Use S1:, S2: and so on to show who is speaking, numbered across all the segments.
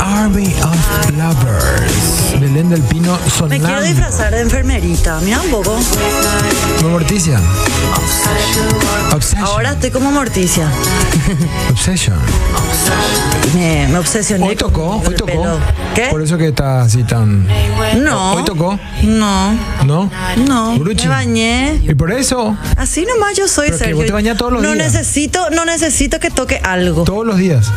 S1: Army of Lovers. Belén del Pino
S2: Me
S1: Sonam.
S2: quiero disfrazar de enfermerita. Mira un poco.
S1: Morticia. Obsession.
S2: Ahora estoy como Morticia.
S1: Obsession.
S2: Me, me obsesioné.
S1: Hoy tocó,
S2: con
S1: hoy
S2: el
S1: tocó.
S2: pelo. ¿Qué? ¿Ah?
S1: Por eso que está así tan.
S2: No.
S1: Hoy tocó,
S2: No.
S1: ¿no?
S2: No.
S1: Bruchi.
S2: Me bañé.
S1: Y por eso,
S2: Así nomás yo soy
S1: Pero que
S2: Sergio.
S1: vos te bañás todos los
S2: no
S1: días.
S2: necesito, no necesito que toque algo.
S1: todos los días.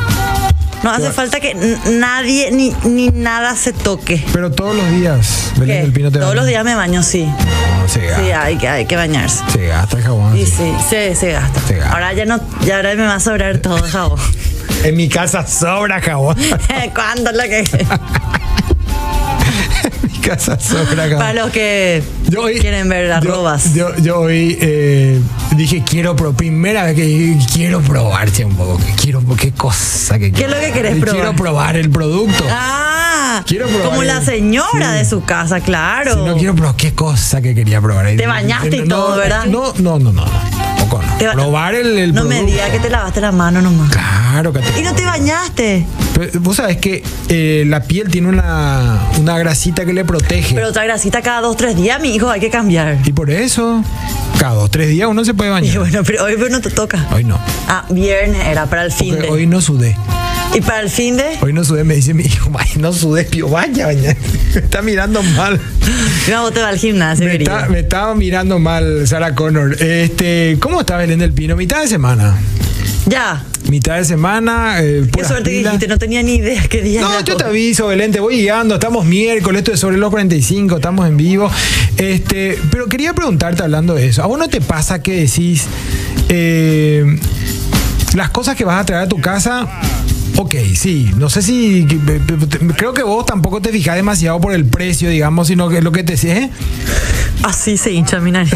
S2: No hace falta que n- nadie ni, ni nada se toque.
S1: Pero todos los días, Belén
S2: ¿Qué?
S1: del Pino te
S2: Todos
S1: baña.
S2: los días me baño, sí.
S1: No, se
S2: Sí,
S1: gasta.
S2: hay que, hay que bañarse.
S1: Se gasta el jabón.
S2: Y
S1: sí.
S2: sí, se, se gasta.
S1: Se gasta.
S2: Ahora ya no, ya ahora me va a sobrar todo el jabón.
S1: En mi casa sobra jabón.
S2: ¿Cuándo es lo que
S1: en mi casa sobra jabón.
S2: para los que
S1: Yo hoy-
S2: quieren ver las
S1: yo-
S2: robas?
S1: Yo, yo hoy eh, dije, quiero, pro, primera vez que dije, quiero probarte un poco. que quiero, qué cosa que
S2: ¿Qué es lo que querés probar?
S1: Quiero probar el producto.
S2: Ah,
S1: Quiero probar
S2: como la
S1: el-
S2: señora
S1: sí.
S2: de su casa, claro.
S1: Si no quiero probar, qué cosa que quería probar. Eh,
S2: Te bañaste y
S1: No,
S2: todo, ¿verdad?
S1: No, no, no, no. no, tampoco no.
S2: Te ba-
S1: probar el, el
S2: No
S1: producto.
S2: me digas que te lavaste la mano nomás.
S1: Claro que te-
S2: Y no te bañaste.
S1: Pero Vos sabés que eh, la piel tiene una, una grasita que le protege.
S2: Pero otra grasita cada dos, tres días, mi hijo, hay que cambiar.
S1: Y por eso, cada dos, tres días uno se puede
S2: Y
S1: bañar.
S2: bueno, pero hoy no te toca.
S1: Hoy no.
S2: Ah, viernes era para el fin
S1: Porque
S2: de.
S1: hoy no sudé.
S2: Y para el fin de,
S1: Hoy no sudé, me dice mi hijo, "Ay, no sudé, pio, vaya, vaya. Me está mirando mal.
S2: no, vos te vas al gimnasio,
S1: Me,
S2: querido.
S1: está- me estaba mirando mal Sarah Connor. Este, ¿Cómo está Belén del Pino? Mitad de semana.
S2: Ya.
S1: Mitad de semana. eh,
S2: Qué
S1: puras
S2: suerte que
S1: pilas.
S2: dijiste, no tenía ni idea qué día
S1: No,
S2: era
S1: yo te
S2: hoy.
S1: aviso, Belén, te voy guiando. Estamos miércoles, esto es sobre los 45, estamos en vivo. Este, pero quería preguntarte hablando de eso. ¿A vos no te pasa que decís eh, las cosas que vas a traer a tu casa? Ok, sí, no sé si. Creo que vos tampoco te fijás demasiado por el precio, digamos, sino que es lo que te decís. ¿eh?
S2: Así se hincha mi nariz.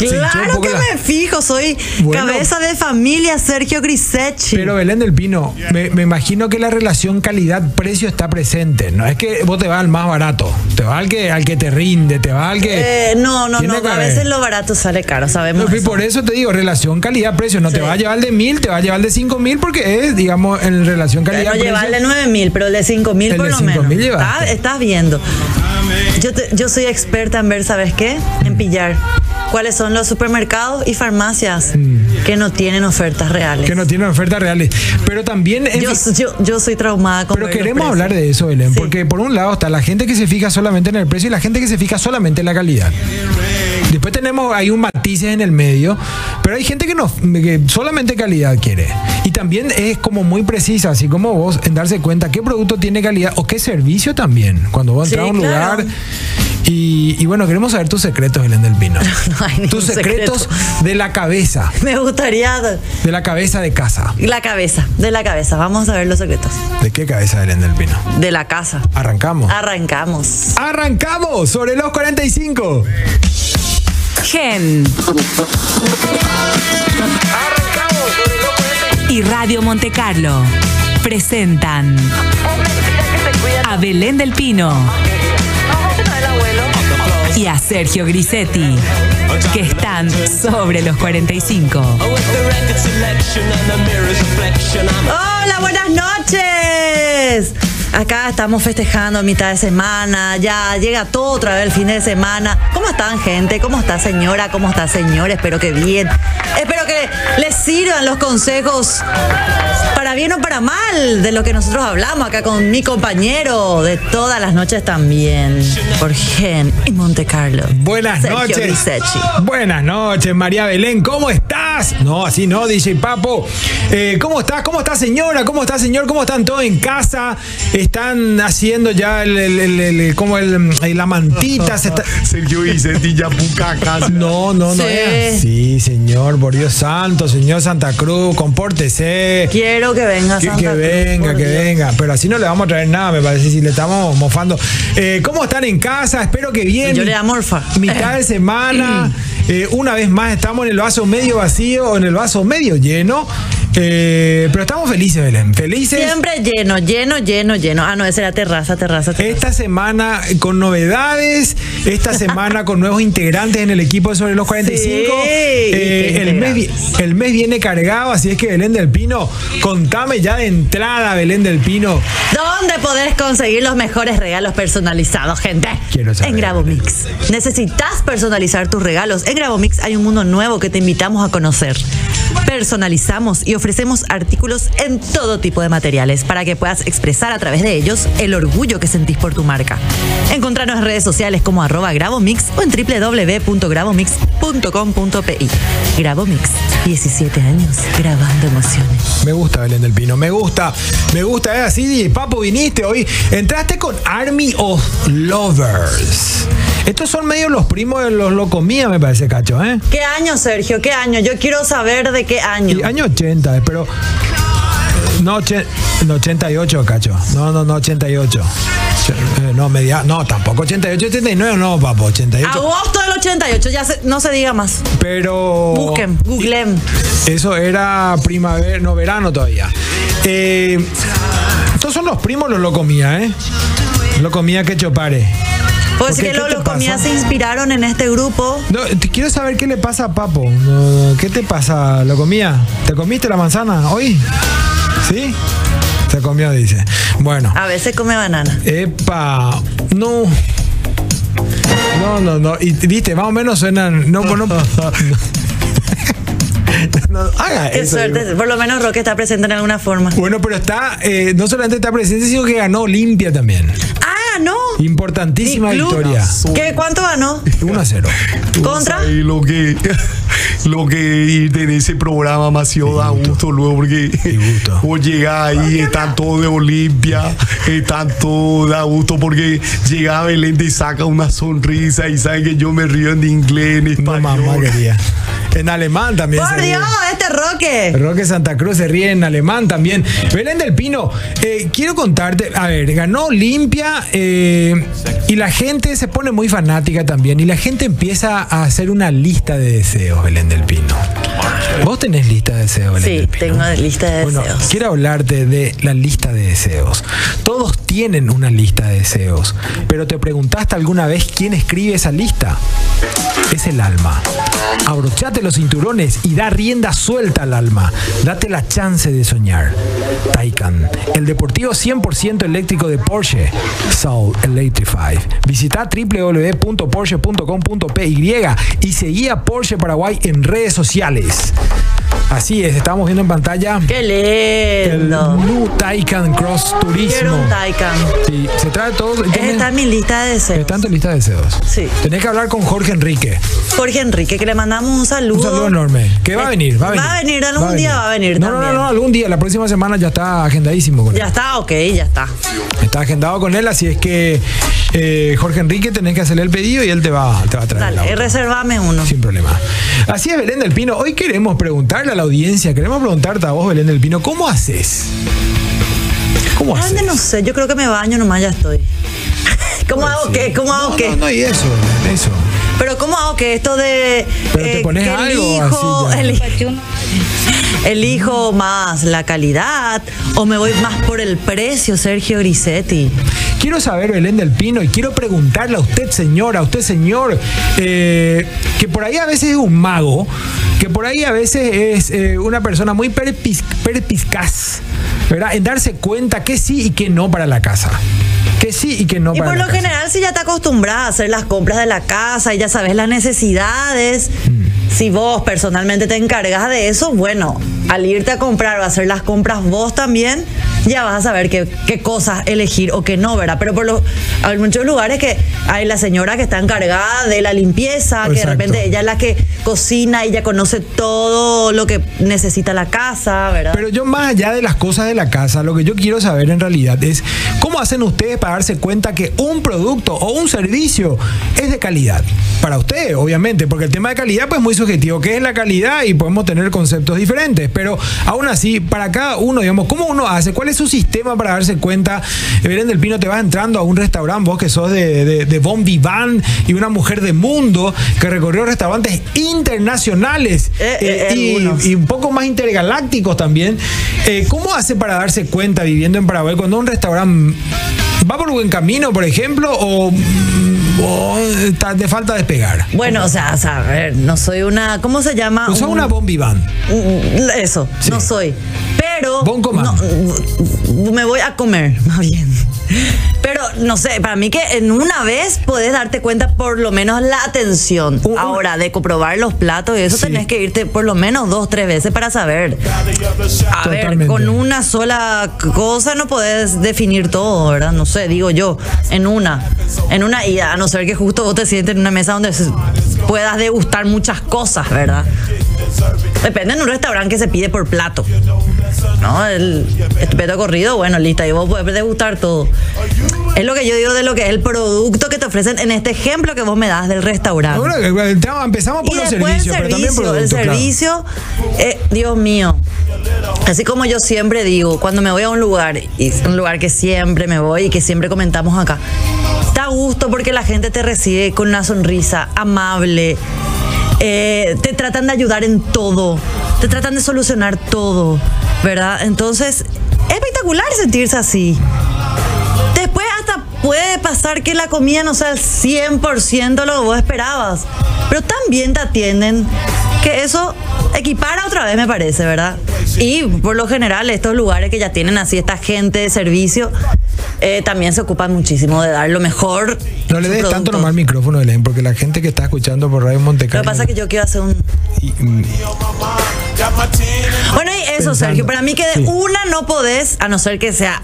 S1: hinchó un
S2: claro
S1: poco
S2: que
S1: la-
S2: me fijo, soy
S1: Bueno.
S2: cabeza de familia Sergio Grisechi.
S1: Pero Belén del Pino, me, me imagino que la relación calidad-precio está presente. No es que vos te vas al más barato, te vas al que, al que te rinde, te vas al que.
S2: Eh, no, no,
S1: Tiene
S2: no,
S1: que
S2: a
S1: haber.
S2: veces lo barato sale caro,
S1: No,
S2: sabemos.
S1: y
S2: eso.
S1: por eso te digo, relación calidad-precio. No te
S2: Sí.
S1: va a llevar el de mil, te va a llevar el de cinco mil porque es, digamos, en relación
S2: no
S1: calidad-precio.
S2: llevarle 9 mil, pero el de 5 mil
S1: El
S2: por
S1: de
S2: lo
S1: 5.000
S2: menos.
S1: llevaste.
S2: Está- Estás viendo. Yo, te- yo soy experta en ver, ¿sabes qué? En pillar cuáles son los supermercados y farmacias que no tienen ofertas reales.
S1: Mm. que no tienen ofertas reales. Pero también. en
S2: yo,
S1: fin-
S2: yo, yo soy traumada con
S1: pero
S2: ver los
S1: queremos
S2: precios.
S1: hablar de eso, eh. Belén,
S2: Sí.
S1: porque por un lado está la gente que se fija solamente en el precio y la gente que se fija solamente en la calidad. Después tenemos, hay un matices en el medio, pero hay gente que, no, que solamente calidad quiere. Y también es como muy precisa, así como vos, en darse cuenta qué producto tiene calidad o qué servicio también. Cuando vos
S2: Sí,
S1: entras a un
S2: claro.
S1: lugar. Y, y bueno, queremos saber tus secretos, Belén del Pino.
S2: No hay ningún
S1: tus
S2: secreto.
S1: secretos de la cabeza,
S2: Me gustaría
S1: de la cabeza de casa.
S2: la cabeza, de la cabeza. Vamos a ver los secretos.
S1: ¿De qué cabeza, Belén del Pino?
S2: De la casa.
S1: Arrancamos.
S2: Arrancamos.
S1: Arrancamos sobre los 45.
S3: Gen y Radio Monte Carlo presentan a Belén del Pino y a Sergio Grisetti, que están sobre los 45.
S2: Hola, buenas noches. Acá estamos festejando mitad de semana, ya llega todo otra vez el fin de semana. ¿Cómo están gente? ¿Cómo está señora? ¿Cómo está señor? Espero que bien. Espero que les sirvan los consejos para bien o para mal de lo que nosotros hablamos acá con mi compañero de todas las noches también, por Gen y Monte Carlo.
S1: Buenas
S2: Sergio
S1: noches.
S2: Grisechi.
S1: Buenas noches, María Belén. ¿Cómo estás? No, así no, DJ Papo. Eh, ¿Cómo estás? ¿Cómo está señora? ¿Cómo está señor? ¿Cómo están todos en casa? ¿Están haciendo ya el, el- el- el- el- como el, el- la mantita? Se está-
S4: Sergio Vicente ya puca casi.
S1: No, no, no.
S2: Sí.
S1: es así, señor, por Dios santo, señor Santa Cruz, compórtese.
S2: Quiero que venga
S1: Que,
S2: Santa
S1: que
S2: Cruz,
S1: venga,
S2: por
S1: que
S2: Dios.
S1: venga. Pero así no le vamos a traer nada, me parece, si le estamos mofando. Eh, ¿Cómo están en casa? Espero que bien.
S2: Yo le da morfa.
S1: Mitad de semana. Eh, una vez más estamos en el vaso medio vacío o en el vaso medio lleno. Eh, pero estamos felices, Belén. Felices.
S2: Siempre lleno, lleno, lleno, lleno. Ah, no, esa era terraza, terraza, terraza.
S1: Esta semana con novedades, esta semana con nuevos integrantes en el equipo de Sobre los 45.
S2: Sí,
S1: Eh,
S2: qué
S1: el, mes, vi- el mes viene cargado, así es que Belén del Pino, contame ya de entrada, Belén del Pino.
S2: ¿Dónde podés conseguir los mejores regalos personalizados, gente?
S1: Quiero saber.
S2: En Grabomix. Necesitas personalizar tus regalos. En Grabomix hay un mundo nuevo que te invitamos a conocer. Personalizamos y ofrecemos artículos en todo tipo de materiales para que puedas expresar a través de ellos el orgullo que sentís por tu marca. Encontranos en redes sociales como arroba Grabomix o en www.grabomix.com.pi. Grabomix, 17 años grabando emociones.
S1: Me gusta Belén del Pino, me gusta, me gusta, es así, papo, viniste hoy, entraste con Army of Lovers. Estos son medio los primos de los locomía, me parece, cacho, ¿eh?
S2: ¿Qué año, Sergio? ¿Qué año? Yo quiero saber de qué año.
S1: Y año 80, eh, pero... No, oche- no, 88, cacho. No, no, no, 88. Che, eh, No, media, no, tampoco 88, 89, no, papo, 88.
S2: Agosto del 88, ya se- no se diga más.
S1: Pero...
S2: Busquen, googlen.
S1: Eso era primavera, no, verano todavía. Eh, estos son los primos los locomía, ¿eh? Locomía que chopare.
S2: Pues
S1: ¿Por qué?
S2: que
S1: ¿Qué
S2: lo-
S1: te
S2: los comidas
S1: pasa?
S2: se inspiraron en este grupo.
S1: No, te quiero saber qué le pasa a Papo. No, ¿Qué te pasa, locomía? ¿Te comiste la manzana hoy? ¿Sí? Se comió, dice. Bueno.
S2: A veces come banana.
S1: Epa. No. No, no, no. Y viste, más o menos suenan. No, no. no. No, haga
S2: Qué
S1: eso,
S2: suerte. Por lo menos Roque está presente en alguna forma.
S1: Bueno, pero está, eh, no solamente está presente, sino que ganó Olimpia también.
S2: Ah, no.
S1: Importantísima
S2: Mi club.
S1: victoria.
S2: ¿Qué, ¿Cuánto ganó?
S1: 1 a 0.
S2: ¿Contra?
S4: Y Pues lo que, lo que ir en ese programa me ha sido da gusto luego, porque
S1: gusto.
S4: vos llegás ahí, están todos de Olimpia, eh, están todos da gusto, porque llega Belén y saca una sonrisa y saben que yo me río en inglés, en
S1: No
S4: español.
S1: mamá quería. En alemán también.
S2: Por
S1: se ríe.
S2: Dios, este Roque.
S1: Roque Santa Cruz se ríe en alemán también. Belén del Pino, eh, quiero contarte, a ver, ganó Olimpia eh, y la gente se pone muy fanática también y la gente empieza a hacer una lista de deseos, Belén del Pino. ¿Vos tenés lista de deseos, Belén?
S2: Sí,
S1: del Pino?
S2: tengo lista de
S1: Bueno,
S2: deseos.
S1: quiero hablarte de la lista de deseos. Todos tienen una lista de deseos, pero ¿te preguntaste alguna vez quién escribe esa lista? Es el alma. Abrochate los cinturones y da rienda suelta al alma. Date la chance de soñar. Taycan, el deportivo 100% eléctrico de Porsche. Soul Electrify. Visita www.porsche.com.py y seguí a Porsche Paraguay en redes sociales. Así es, estamos viendo en pantalla
S2: Qué
S1: el
S2: lindo.
S1: New Taycan Cross
S2: Quiero
S1: Turismo.
S2: un Taycan.
S1: Sí, se trae todo. tiene-
S2: Está en mi lista de deseos.
S1: Está en tu lista de deseos.
S2: Sí.
S1: Tenés que hablar con Jorge Enrique.
S2: Jorge Enrique, que le mandamos un saludo.
S1: Un saludo enorme. Que va a
S2: Eh,
S1: venir, va a venir.
S2: Va a venir, algún día va a venir
S1: No,
S2: también.
S1: no, no, no, algún día. La próxima semana ya está agendadísimo con él.
S2: Ya está, ok, ya está.
S1: Está agendado con él, así es que eh, Jorge Enrique tenés que hacerle el pedido y él te va, te va a traer. el
S2: Dale,
S1: auto.
S2: reservame uno.
S1: Sin problema. Así es, Belén del Pino. Hoy queremos preguntarle a la audiencia, queremos preguntarte a vos, Belén del Pino, ¿cómo haces? ¿Cómo
S2: Grande,
S1: haces?
S2: Ah, no sé, yo creo que me baño nomás, ya estoy. ¿Cómo hago qué? Ah, ¿Cómo hago qué?
S1: Pues No, no, y eso, eso.
S2: Pero ¿cómo hago que esto de eh,
S1: Pero te pones
S2: que
S1: algo
S2: elijo,
S1: así ya.
S2: eli- elijo más la calidad o me voy más por el precio, Sergio Grisetti?
S1: Quiero saber, Belén del Pino, y quiero preguntarle a usted, señora, a usted, señor, eh, que por ahí a veces es un mago, que por ahí a veces es eh, una persona muy perpis- perpiscaz, ¿verdad? En darse cuenta que sí y que no para la casa. Que sí y que no
S2: Y
S1: para
S2: por
S1: la
S2: lo
S1: casa.
S2: general, si ya te acostumbrada a hacer las compras de la casa y ya sabes las necesidades,
S1: Mm.
S2: si vos personalmente te encargas de eso, bueno, al irte a comprar o hacer las compras vos también, ya vas a saber qué, qué cosas elegir o qué no, ¿verdad? Pero por lo, hay muchos lugares que hay la señora que está encargada de la limpieza, que de
S1: Exacto.
S2: repente ella es la que cocina y ya conoce todo lo que necesita la casa, ¿verdad?
S1: Pero yo más allá de las cosas de la casa, lo que yo quiero saber en realidad es cómo hacen ustedes para darse cuenta que un producto o un servicio es de calidad. Para ustedes, obviamente, porque el tema de calidad pues es muy subjetivo, qué es la calidad y podemos tener conceptos diferentes, pero aún así, para cada uno, digamos, ¿cómo uno hace? ¿Cuál es su sistema para darse cuenta? Belén del Pino, te vas entrando a un restaurante, vos que sos de, de, de Bon Vivant y una mujer de mundo que recorrió restaurantes internacionales
S2: Eh,
S1: eh,
S2: eh, algunos.
S1: y, y un poco más intergalácticos también. Eh, ¿Cómo hace para darse cuenta viviendo en Paraguay cuando un restaurante va por buen camino, por ejemplo, o, mm, o está- te falta despegar?
S2: Bueno, o sea, a saber, no soy una. ¿Cómo se llama?
S1: Usa
S2: Un-
S1: una bombi van.
S2: Mm, Eso,
S1: Sí.
S2: no soy. Pero.
S1: Bon coman.
S2: no, mm, me voy a comer, más bien. Pero no sé, para mí que en una vez podés darte cuenta por lo menos la atención.
S1: Un- un-
S2: Ahora, de comprobar los platos y eso
S1: Sí.
S2: tenés que irte por lo menos dos, tres veces para saber. A
S1: Totalmente.
S2: ver, con una sola c- cosa no podés definir todo, ¿verdad? No sé, digo yo, en una. En una, y a no ser que justo vos te sientes en una mesa donde se- puedas degustar muchas cosas, ¿verdad? Depende en un restaurante que se pide por plato. ¿No? El estupendo corrido, bueno, lista, y vos podés degustar todo. Es lo que yo digo de lo que es el producto que te ofrecen en este ejemplo que vos me das del restaurante.
S1: Ahora, eh, tema- empezamos por
S2: Y
S1: los
S2: después
S1: servicios,
S2: el
S1: pero también por
S2: servicio, el servicio, eh, Dios mío. Así como yo siempre digo, cuando me voy a un lugar, y es un lugar que siempre me voy y que siempre comentamos acá, da gusto porque la gente te recibe con una sonrisa amable, eh, te tratan de ayudar en todo, te tratan de solucionar todo, ¿verdad? Entonces, es espectacular sentirse así. Después hasta puede pasar que la comida no sea al 100% lo que vos esperabas. Pero también te atienden. Que eso equipara otra vez, me parece, ¿verdad? Y por lo general, estos lugares que ya tienen así esta gente de servicio, eh, también se ocupan muchísimo de dar lo mejor.
S1: No le
S2: su
S1: des tanto
S2: producto.
S1: nomás el micrófono, Belén, porque la gente que está escuchando por Radio Monte
S2: Lo que
S1: Carlo-
S2: pasa es que yo quiero hacer un...
S1: y- mm,
S2: Bueno, y eso,
S1: Pensando.
S2: Sergio, para mí que de
S1: Sí.
S2: una no podés, a no ser que sea.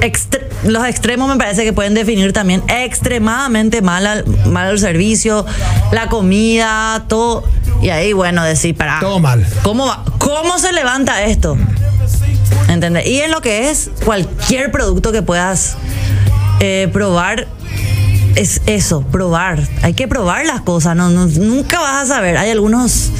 S2: extre- los extremos me parece que pueden definir también extremadamente mal, al- mal el servicio, la comida, todo. Y ahí, bueno, decir, para.
S1: Todo mal.
S2: ¿Cómo, va- cómo se levanta esto? ¿Entendés? Y en lo que es cualquier producto que puedas eh, probar, es eso, probar. Hay que probar las cosas, no, no- nunca vas a saber. Hay algunos.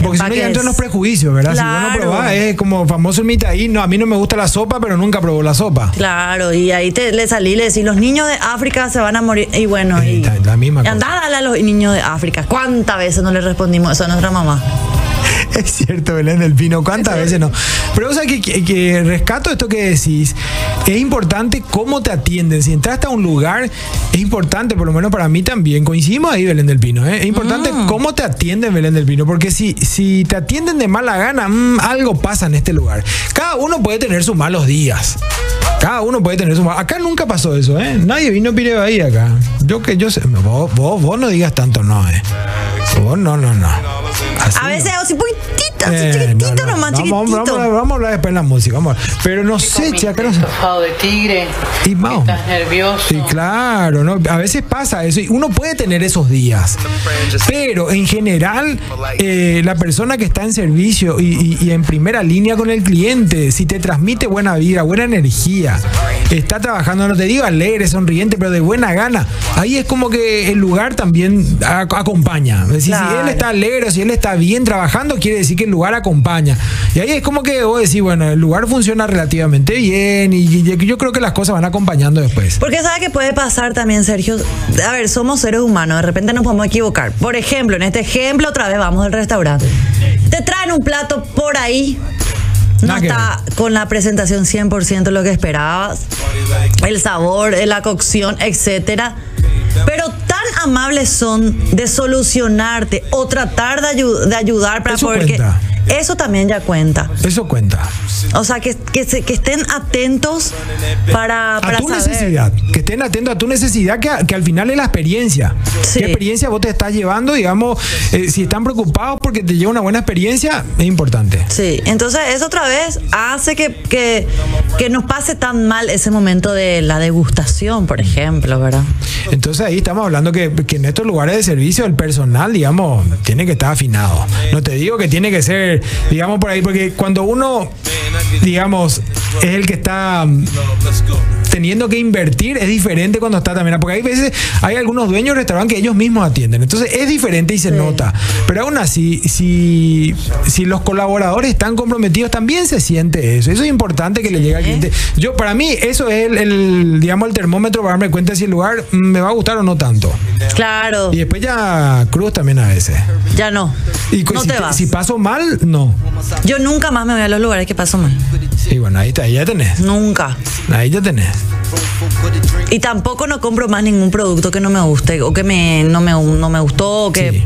S1: Porque si no ya
S2: empaques-
S1: entran los prejuicios, ¿verdad? Si vos no
S2: Claro.
S1: probás, es como famoso el mitaí, no, a mí no me gusta la sopa, pero nunca probó la sopa.
S2: Claro, y ahí te, le salí, le decís, los niños de África se van a morir. Y bueno,
S1: Ahí
S2: y,
S1: está, la misma
S2: y
S1: cosa.
S2: andá a darle a los niños de África. ¿Cuántas veces no le respondimos eso a nuestra mamá?
S1: Es cierto, Belén del Pino, ¿cuántas veces no? Pero o sea, que, que- que rescato esto que decís, es importante cómo te atienden. Si entraste a un lugar, es importante, por lo menos para mí también, coincidimos ahí, Belén del Pino, ¿eh? es importante
S2: Mm.
S1: cómo te atienden, Belén del Pino, porque si, si te atienden de mala gana, mm, algo pasa en este lugar. Cada uno puede tener sus malos días. Cada uno puede tener su mal- Acá nunca pasó eso, ¿eh? Nadie vino Pireo ahí acá. Yo que yo sé. Vos, vos, vos no digas tanto, no, ¿eh? Vos no, no, no. Así
S2: A
S1: no.
S2: veces, así poquitito, así
S1: Eh,
S2: chiquitito
S1: no, no. vamos,
S2: nomás, chiquitito.
S1: Vamos, a- vamos a hablar después de la música. Vamos. a- Pero no sé,
S5: mi
S1: che, acá no sé.
S5: estofado de tigre.
S1: Y vamos.
S5: Estás nervioso.
S1: Sí, claro, ¿no? a veces pasa eso y uno puede tener esos días, pero en general eh, la persona que está en servicio y, y- y en primera línea con el cliente, si te transmite buena vida, buena energía, está trabajando, no te digo alegre, sonriente, pero de buena gana, ahí es como que el lugar también a- acompaña. Es decir, si
S2: Claro.
S1: él está alegre, si él está bien trabajando, quiere decir que el lugar acompaña. Y ahí es como que vos decís, bueno, el lugar funciona relativamente bien y, y yo creo que las cosas van acompañando después.
S2: Porque sabe que puede pasar también, Sergio. A ver, somos seres humanos, de repente nos podemos equivocar. Por ejemplo, en este ejemplo, otra vez vamos al restaurante. Te traen un plato por ahí. No
S1: Nada que
S2: está con la presentación 100% lo que esperabas. El sabor, eh, la cocción, etcétera. Pero tan amables son de solucionarte o tratar de, ayu- de ayudar para
S1: Eso
S2: poder que-
S1: cuenta.
S2: Eso también ya cuenta.
S1: Eso cuenta.
S2: O sea, que, que se- que estén atentos para, para
S1: a tu
S2: saber.
S1: necesidad. Que estén atentos a tu necesidad, que, que al final es la experiencia.
S2: Sí.
S1: ¿Qué experiencia vos te estás llevando? Digamos, eh, si están preocupados porque te lleva una buena experiencia, es importante.
S2: Sí, entonces eso otra vez hace que, que, que nos pase tan mal ese momento de la degustación, por ejemplo, ¿verdad?
S1: Entonces ahí estamos hablando que, que en estos lugares de servicio el personal, digamos, tiene que estar afinado. No te digo que tiene que ser, digamos, por ahí, porque cuando uno, digamos, es el que está mm, teniendo que invertir es diferente cuando está también. Porque hay veces, hay algunos dueños de restaurantes que ellos mismos atienden. Entonces es diferente y se
S2: Sí.
S1: nota. Pero aún así, si, si los colaboradores están comprometidos, también se siente eso. Eso es importante que le llegue al cliente. Yo, para mí, eso es el, el, digamos, el termómetro para darme cuenta si el lugar mm, me va a gustar o no tanto.
S2: Claro,
S1: Y después ya cruz también a veces.
S2: ya no.
S1: Y
S2: no
S1: si,
S2: te vas.
S1: si paso mal, no.
S2: Yo nunca más me voy a los lugares que paso mal.
S1: Y bueno, ahí, está, ahí ya tenés.
S2: Nunca.
S1: Ahí ya tenés.
S2: Y tampoco no compro más ningún producto que no me guste o que me, no, me, no me gustó o que
S1: Sí.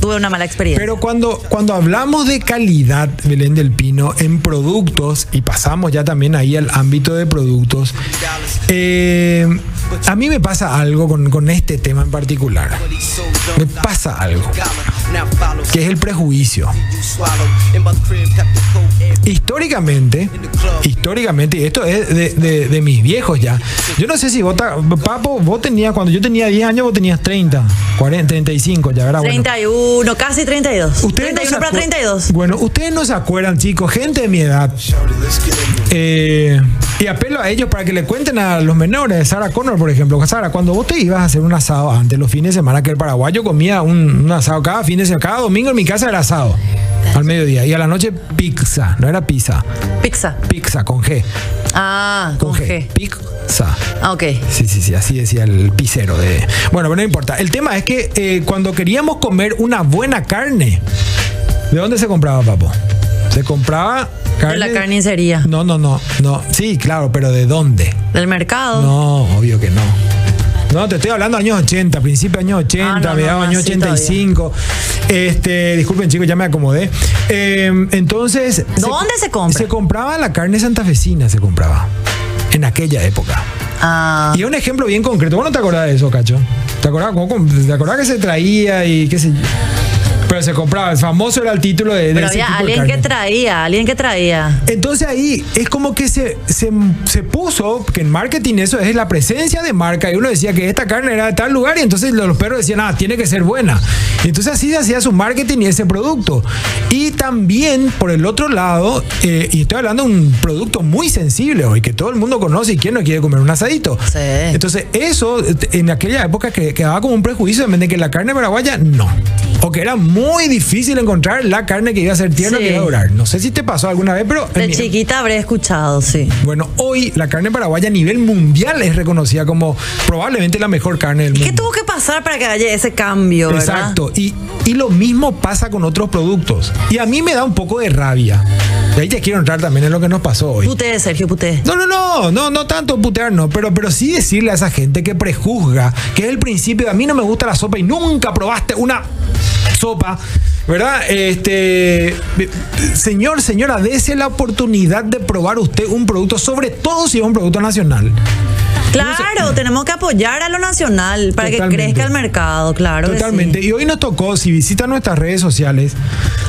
S2: tuve una mala experiencia.
S1: Pero cuando, cuando hablamos de calidad, Belén del Pino, en productos, y pasamos ya también ahí al ámbito de productos, eh, a mí me pasa algo con, con este tema en particular. Me pasa algo, que es el prejuicio. Históricamente, históricamente, y esto es de, de- de mis viejos ya. Yo no sé si vos, ta- Papo, vos tenías, cuando yo tenía 10 años, vos tenías 30, 40, 35, ya, ¿verdad? Bueno.
S2: 31, casi 32.
S1: Ustedes no
S2: 31 para
S1: se acuer-
S2: 32.
S1: Bueno, ustedes no se acuerdan, chicos, gente de mi edad. Eh, y apelo a ellos para que le cuenten a los menores, Sara Connor, por ejemplo. Sara, cuando vos te ibas a hacer un asado antes, los fines de semana, que el paraguayo comía un, un asado cada fin de semana, cada domingo en mi casa era asado, al mediodía. Y a la noche pizza, no era pizza,
S2: Pizza.
S1: pizza con G.
S2: Ah,
S1: Con,
S2: con G.
S1: G. Pizza.
S2: Ah, ok.
S1: Sí, sí, sí, así decía el pisero de... Bueno, pero no importa. El tema es que eh, cuando queríamos comer una buena carne, ¿de dónde se compraba, papo? Se compraba carne...
S2: De la carnicería.
S1: No, no, no, no. Sí, claro, pero ¿de dónde?
S2: Del mercado.
S1: No, obvio que no. No, te estoy hablando años 80, principio de años 80,
S2: Ah, no, no,
S1: mediados
S2: no,
S1: años
S2: sí,
S1: 85. Este, disculpen chicos, ya me acomodé. Eh, entonces...
S2: ¿Dónde se compra?
S1: Se compraba la carne santafesina, se compraba. En aquella época.
S2: Ah,
S1: Y un ejemplo bien concreto. ¿Vos no te acordás de eso, Cacho? ¿Te acordás, cómo- cómo- te acordás que se traía y qué sé yo? Pero se compraba. El famoso era el título de, de
S2: pero
S1: ese
S2: había
S1: tipo de
S2: alguien
S1: carne.
S2: que traía, alguien que traía.
S1: Entonces ahí es como que se, se, se puso, que en marketing eso es la presencia de marca, y uno decía que esta carne era de tal lugar, y entonces los, los perros decían, ah, tiene que ser buena. Y entonces así se hacía su marketing y ese producto. Y también, por el otro lado, eh, y estoy hablando de un producto muy sensible hoy, que todo el mundo conoce y quién no quiere comer un asadito.
S2: Sí.
S1: Entonces eso eh, en aquella época que quedaba como un prejuicio también de que la carne paraguaya no. O que era muy difícil encontrar la carne que iba a ser tierna
S2: Sí.
S1: que iba a durar. No sé si te pasó alguna vez, pero
S2: De
S1: en mi-
S2: chiquita habré escuchado, sí.
S1: Bueno, hoy la carne paraguaya a nivel mundial es reconocida como probablemente la mejor carne del
S2: ¿Y
S1: mundo.
S2: qué tuvo que pasar para que haya ese cambio, verdad?
S1: Mm. Exacto. Y, y lo mismo pasa con otros productos. Y a mí me da un poco de rabia. Y ahí te quiero entrar también en lo que nos pasó hoy.
S2: Pute, Sergio, pute.
S1: No, no, no, no, no tanto putear, no, pero, pero sí decirle a esa gente que prejuzga, que es el principio de a mí no me gusta la sopa y nunca probaste una sopa, ¿verdad? Este, señor, señora, dése la oportunidad de probar usted un producto, sobre todo si es un producto nacional.
S2: Claro, tenemos que apoyar a lo nacional para
S1: Totalmente.
S2: que crezca el mercado, claro. que Pues sí.
S1: Totalmente. Y hoy nos tocó, si visitan nuestras redes sociales,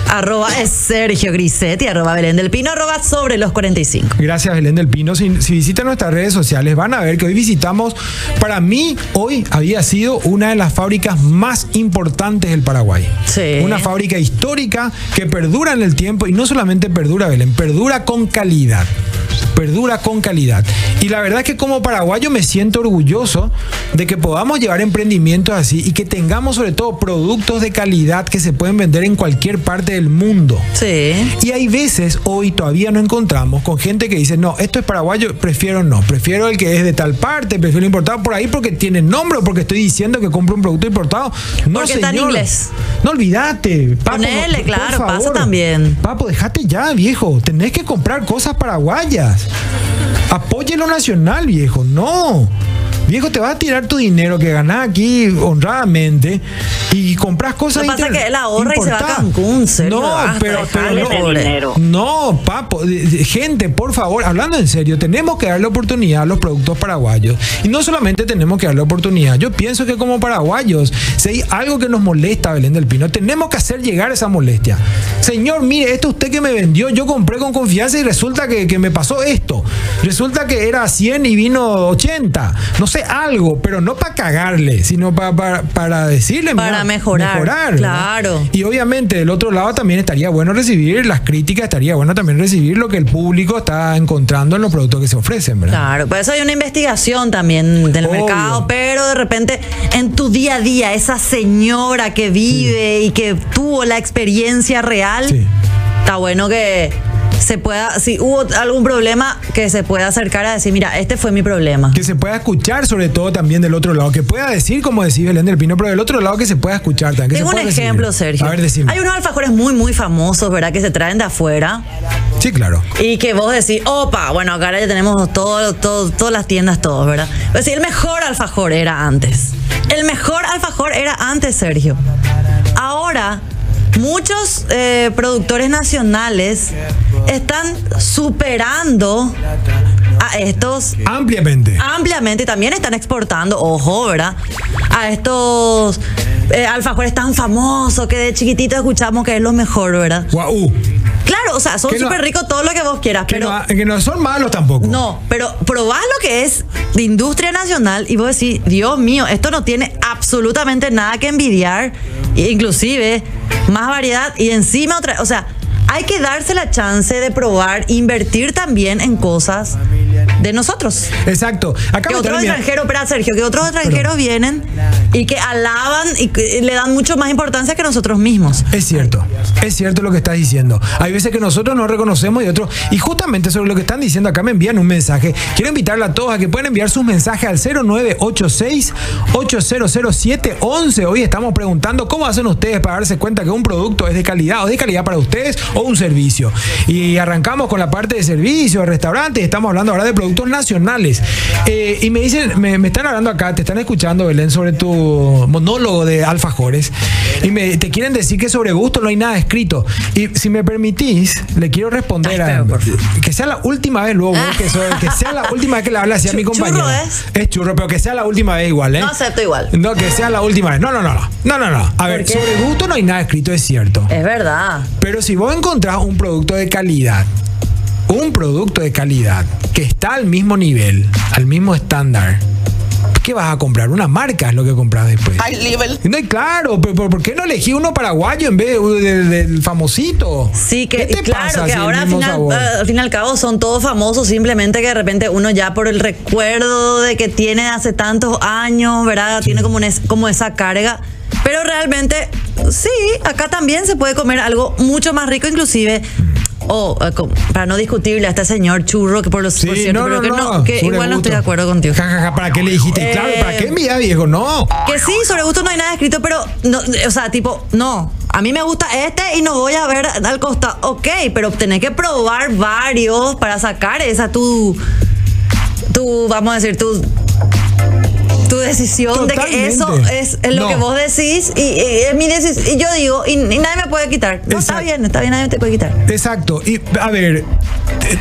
S2: Arroba es Sergio Grisetti, arroba Belén del Pino, arroba sobre los 45.
S1: Gracias, Belén del Pino. Si, si visitan nuestras redes sociales, van a ver que hoy visitamos, para mí, hoy había sido una de las fábricas más importantes del Paraguay.
S2: Sí.
S1: Una fábrica histórica que perdura en el tiempo y no solamente perdura, Belén, perdura con calidad. Perdura con calidad. Y la verdad es que como paraguayo me siento orgulloso de que podamos llevar emprendimientos así y que tengamos sobre todo productos de calidad que se pueden vender en cualquier parte del mundo.
S2: Sí.
S1: Y hay veces, hoy todavía no encontramos, con gente que dice, no, esto es paraguayo, prefiero no, prefiero el que es de tal parte, prefiero el importado por ahí porque tiene nombre o porque estoy diciendo que compro un producto importado. No,
S2: Porque está en
S1: señor.
S2: inglés.
S1: No olvídate. Papo, no,
S2: Ponele,
S1: por
S2: claro, pasa
S1: favor.
S2: también.
S1: Papo, dejate ya, viejo. Tenés que comprar cosas paraguayas. Apoye lo nacional, viejo. No. Viejo, te vas a tirar tu dinero que ganás aquí honradamente y compras cosas
S2: Lo que pasa es
S1: inter-
S2: que él ahorra y se va a
S1: importadas.
S2: Cancún, Sergio,
S1: No,
S2: basta,
S1: pero, pero
S2: dejale
S1: no,
S2: de dinero.
S1: no, papo, de- de- gente, por favor, hablando en serio, tenemos que darle oportunidad a los productos paraguayos. Y no solamente tenemos que darle oportunidad, yo pienso que como paraguayos, si hay algo que nos molesta, Belén del Pino, tenemos que hacer llegar esa molestia. Señor, mire, esto usted que me vendió, yo compré con confianza y resulta que, que me pasó esto. Resulta que era 100 y vino 80. No sé, hace algo, pero no para cagarle, sino pa- pa- para decirle
S2: Para
S1: mira,
S2: mejorar,
S1: ¿no?
S2: claro.
S1: Y obviamente del otro lado también estaría bueno recibir las críticas, estaría bueno también recibir lo que el público está encontrando en los productos que se ofrecen, ¿verdad?
S2: Claro, por eso hay una investigación también del
S1: Obvio.
S2: mercado, pero de repente en tu día a día, esa señora que vive y que tuvo la experiencia real,
S1: Sí.
S2: está bueno que se pueda, si hubo algún problema, que se pueda acercar a decir, mira, este fue mi problema.
S1: Que se pueda escuchar sobre todo también del otro lado, que pueda decir como decía Belén del Pino, pero del otro lado que se pueda escuchar también. que se
S2: Tengo un
S1: pueda recibir.
S2: ejemplo, Sergio.
S1: A ver, decime.
S2: Hay unos alfajores muy, muy famosos, ¿verdad? Que se traen de afuera.
S1: Sí, claro.
S2: Y que vos decís, opa, bueno, acá ahora ya tenemos todo, todo- todas las tiendas, todos, ¿verdad? Pero sí, el mejor alfajor era antes. El mejor alfajor era antes, Sergio. Ahora, muchos eh, productores nacionales están superando a estos
S1: Ampliamente.
S2: Ah. ampliamente. También están exportando, ojo, ¿verdad? A estos eh, alfajores tan famosos que de chiquitito escuchamos que es lo mejor, ¿verdad?
S1: Guau.
S2: Claro, o sea, son
S1: Que no-
S2: súper ricos todo lo que vos quieras,
S1: Que,
S2: pero...
S1: no, que no son malos tampoco.
S2: No, pero probás lo que es de industria nacional y vos decís, Dios mío, esto no tiene absolutamente nada que envidiar, e inclusive más variedad y encima otra, o sea, hay que darse la chance de probar, invertir también en cosas de nosotros.
S1: Exacto. Acá
S2: Que
S1: me
S2: otros
S1: traen, mira,
S2: extranjeros, espera Sergio, que otros extranjeros vienen y que alaban y que le dan mucho más importancia que nosotros mismos.
S1: Es cierto, es cierto lo que estás diciendo. Hay veces que nosotros no reconocemos y otros. Y justamente sobre lo que están diciendo acá me envían un mensaje. Quiero invitarla a todos a que puedan enviar sus mensajes al 0986-800711. Hoy estamos preguntando cómo hacen ustedes para darse cuenta que un producto es de calidad o de calidad para ustedes o un servicio. Y arrancamos con la parte de servicio, de restaurantes. Estamos hablando ahora de productos nacionales. Eh, y me dicen, me, me están hablando acá, te están escuchando, Belén, sobre tu monólogo de alfajores. Y me, te quieren decir que sobre gusto no hay nada escrito. Y si me permitís, le quiero responder
S2: Ay,
S1: a.
S2: pero, por
S1: Que sea la última vez, luego, vos, que, soy- que sea la última vez que le hable así a mi
S2: Chu- churro
S1: compañero.
S2: es.
S1: Es churro, pero que sea la última vez igual, ¿eh?
S2: No acepto igual.
S1: No, que sea la última vez. No, no, no, no. No, no, no. A ver,
S2: qué?
S1: sobre gusto no hay nada escrito, es cierto.
S2: Es verdad.
S1: Pero si vos encontrás un producto de calidad, un producto de calidad que está al mismo nivel, al mismo estándar, ¿qué vas a comprar? Una marca es lo que compras después.
S5: High level.
S1: No, y claro, pero, pero ¿por qué no elegí uno paraguayo en vez de- del, del famosito?
S2: Sí, que
S1: ¿Qué
S2: y
S1: te
S2: claro,
S1: pasa si
S2: que
S1: es el
S2: ahora al
S1: mismo
S2: final,
S1: sabor?
S2: eh, al fin y al cabo son todos famosos, simplemente que de repente uno ya por el recuerdo de que tiene hace tantos años, ¿verdad? Tiene como, un es- como esa carga. Pero realmente, sí, acá también se puede comer algo mucho más rico, inclusive. O eh, con- para no discutirle a este señor churro, que por, los, por cierto, pero que, no, que
S1: sobre
S2: igual no estoy
S1: gusto.
S2: de acuerdo contigo.
S1: Ja, ja, ja, ¿para qué le dijiste? claro, ¿para
S2: Eh,
S1: qué enviar, viejo? No.
S2: Que sí, sobre gusto no hay nada escrito, pero, no, o sea, tipo, no, a mí me gusta este y no voy a ver al costado. Ok, pero tenés que probar varios para sacar esa tu, tu vamos a decir, tu, tu decisión de que eso
S1: Totalmente.
S2: es, es lo
S1: No.
S2: que vos decís y, y es mi decisión. Y yo digo, y, y nadie me puede quitar. No, está
S1: Exacto.
S2: bien, está bien, nadie te puede quitar.
S1: Exacto. Y a ver, eh,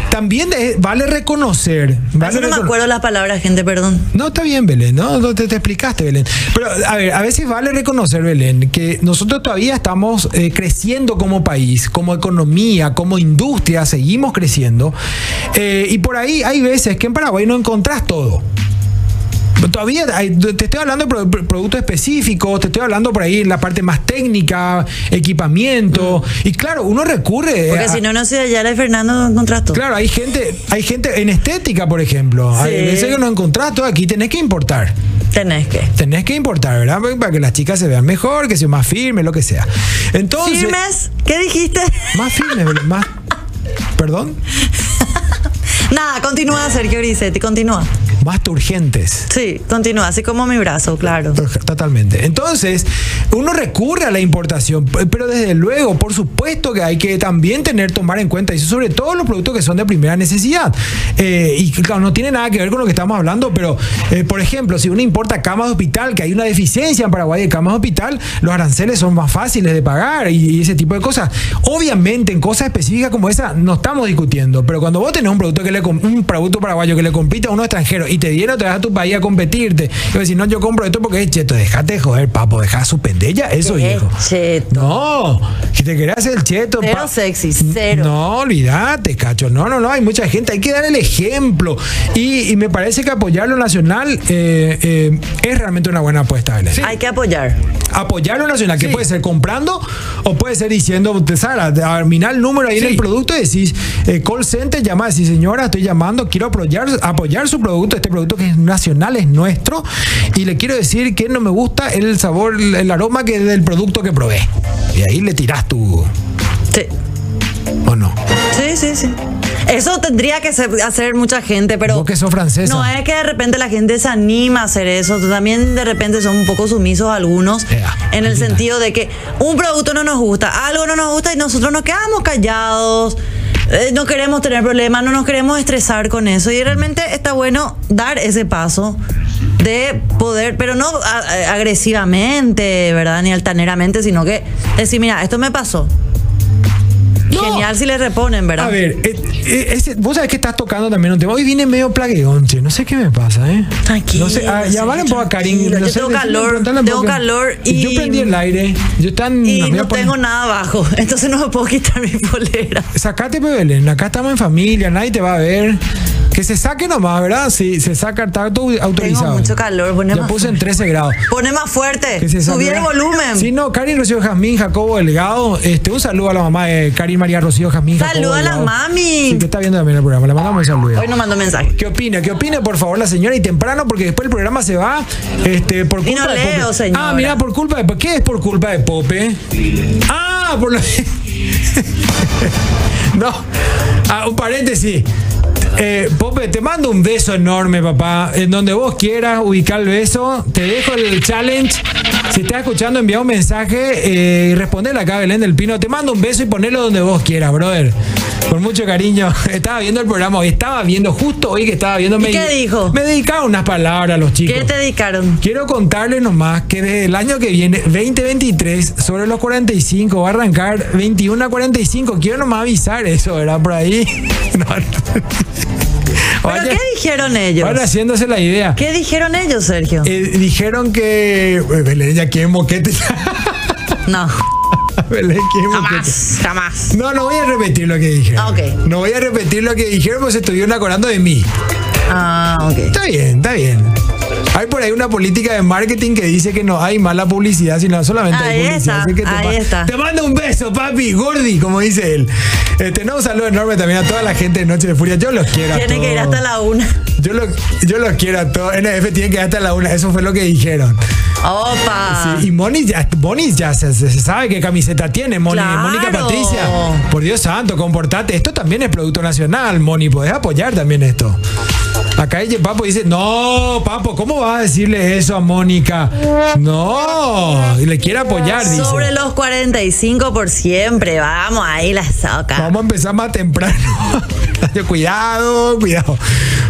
S1: también de- vale reconocer. Vale
S2: Eso no me
S1: recono-
S2: acuerdo las palabras, gente, perdón.
S1: No, está bien, Belén, ¿no? No, te, te explicaste, Belén. Pero, a ver, a veces vale reconocer, Belén, que nosotros todavía estamos eh, creciendo como país, como economía, como industria, seguimos creciendo. Eh, y por ahí hay veces que en Paraguay no encontrás todo. Todavía hay- te estoy hablando de pro- pro- productos específicos, te estoy hablando por ahí la parte más técnica, equipamiento. Y claro, uno recurre.
S2: Mm. Porque
S1: a-
S2: si no, no sé, ya y Fernando no encontrás todo.
S1: Claro, hay gente, hay gente en estética, por ejemplo.
S2: Sí.
S1: Hay veces que no encontrás todo aquí, tenés que importar
S2: Tenés que.
S1: tenés que importar, ¿verdad? Porque Para que las chicas se vean mejor, que sean más firmes, lo que sea. Entonces,
S2: ¿Firmes? ¿Qué dijiste?
S1: más firmes, Belén, más. Perdón,
S2: Nada, continúa, Sergio Grisetti, continúa.
S1: más turgentes.
S2: Sí, continúa, así como mi brazo, claro.
S1: Totalmente. Entonces, uno recurre a la importación, p- pero desde luego, por supuesto que hay que también tener, tomar en cuenta, y sobre todo los productos que son de primera necesidad. Eh, y claro, no tiene nada que ver con lo que estamos hablando, pero, eh, por ejemplo, si uno importa camas de hospital, que hay una deficiencia en Paraguay de camas de hospital, los aranceles son más fáciles de pagar y, y ese tipo de cosas. Obviamente, en cosas específicas como esa, no estamos discutiendo, pero cuando vos tenés un producto, que le, com- un producto paraguayo que le compite a uno extranjero y te dieron, te vas a tu país a competirte. Y vas a decir, no, yo compro esto porque es cheto, déjate de joder, papo, deja de suspender ya eso,
S2: Qué
S1: hijo.
S2: cheto.
S1: No, si te querés hacer el cheto.
S2: Cero sexy, cero.
S1: No, olvídate, cacho. No, no, no, hay mucha gente, hay que dar el ejemplo. Y, y me parece que apoyar lo nacional eh, eh, es realmente una buena apuesta, Belén.
S2: Hay que apoyar.
S1: Apoyar lo nacional, que puede ser comprando o puede ser diciendo, te Sara, terminar el número ahí en el producto y decís, eh, call center, llama, decís, señora, estoy llamando, quiero apoyar, apoyar su producto, este producto que es nacional, es nuestro, y le quiero decir que no me gusta el sabor, el aroma que del producto que probé. Y ahí le tirás tú,
S2: Sí.
S1: ¿o no?
S2: Sí, sí, sí. Eso tendría que ser- hacer mucha gente, pero.
S1: Vos que sos francesa.
S2: No es que de repente la gente se anima a hacer eso. También de repente son un poco sumisos algunos.
S1: Ea,
S2: en el
S1: mira.
S2: sentido de que un producto no nos gusta, algo no nos gusta y nosotros nos quedamos callados. eh, no queremos tener problemas, no nos queremos estresar con eso. Y realmente está bueno dar ese paso de poder, pero no a- a- agresivamente, ¿verdad? Ni altaneramente, sino que decir, mira, esto me pasó. Genial si le reponen, ¿verdad?
S1: A ver, eh, eh, ese- vos sabés que estás tocando también un tema. Hoy vine medio plagueón, che. No sé qué me pasa, ¿eh?
S2: Tranquilo,
S1: No sé, ah, ya vale un poco a Karim.
S2: tranquilo.
S1: no
S2: Yo
S1: sé,
S2: tengo
S1: decime,
S2: calor,
S1: preguntale un
S2: tengo
S1: poco.
S2: calor y-
S1: Yo prendí el aire. Yo tan. me
S2: Y
S1: voy a
S2: no
S1: poner-
S2: tengo nada abajo, entonces no me puedo quitar mi polera.
S1: Sacate, pues, Belén. Acá estamos en familia, nadie te va a ver. Que se saque nomás, ¿verdad? Sí, se saca, está auto- autorizado.
S2: mucho calor, poné
S1: Ya
S2: más
S1: puse en 13 grados.
S2: Pone más fuerte,
S1: Que se
S2: subí
S1: saque.
S2: el volumen.
S1: Sí, no, Karin Rocío Jazmín, Jacobo Delgado. Este, un saludo a la mamá de Karin María Rocío Jazmín. Jacobo
S2: Saluda a la
S1: Delgado.
S2: mami.
S1: Sí, que está viendo también el programa. Le mandamos un saludo.
S2: Hoy no mandó mensaje.
S1: ¿Qué opina? ¿Qué opina, por favor, la señora? Y temprano, porque después el programa se va este, por culpa
S2: Y no
S1: de
S2: leo,
S1: Pope.
S2: señora.
S1: Ah, mira, por culpa de Pope. ¿Qué es por culpa de Pope? Ah, por la... no. Ah, un paréntesis. Eh, Pope, te mando un beso enorme, papá. En donde vos quieras ubicar el beso. Te dejo el challenge. Si estás escuchando, envía un mensaje eh, y respondele acá, Belén del Pino. Te mando un beso y ponelo donde vos quieras, brother. Con mucho cariño. Estaba viendo el programa hoy. Estaba viendo, justo hoy que estaba viendo. me-
S2: qué dijo?
S1: Me dedicaba unas palabras a los chicos.
S2: ¿Qué te dedicaron?
S1: Quiero contarles nomás que desde el año que viene, 2023, sobre los 45, va a arrancar 21 a 45. Quiero nomás avisar eso, ¿verdad? Por ahí. No, no.
S2: ¿Pero
S1: Vaya-
S2: qué dijeron ellos?
S1: van haciéndose la idea.
S2: ¿Qué dijeron ellos, Sergio?
S1: Eh, dijeron que. eh, Belén ya quiere moquete.
S2: No,
S1: Belén quiere moquete.
S2: jamás, jamás.
S1: No, no voy a repetir lo que dijeron.
S2: Ah, ok.
S1: No voy a repetir lo que dijeron porque se estuvieron acordando de mí.
S2: Ah, ok.
S1: Está bien, está bien. Hay por ahí una política de marketing que dice que no hay mala publicidad, sino solamente hay
S2: Ahí
S1: publicidad.
S2: está,
S1: Así que te,
S2: ahí
S1: pa-
S2: está.
S1: te mando un beso, papi, gordi, como dice él. Este, no, un saludo enorme también a toda la gente de Noche de Furia. Yo los quiero. a
S2: Tiene que ir
S1: todos.
S2: hasta la una.
S1: Yo, lo- yo los quiero a todos. NF tiene que ir hasta la una. Eso fue lo que dijeron.
S2: Opa.
S1: Sí, y Moni ya, Moni ya se, se- se sabe qué camiseta tiene, Moni,
S2: Claro.
S1: Mónica Patricia. Por Dios santo, comportate. Esto también es producto nacional, Moni. Podés apoyar también esto. Acá ella, Papo dice, no, Papo, ¿cómo vas a decirle eso a Mónica? No, y le quiere apoyar, dice.
S2: Sobre los 45 por siempre. Vamos, ahí la saca.
S1: Vamos a empezar más temprano. Yo, cuidado, cuidado.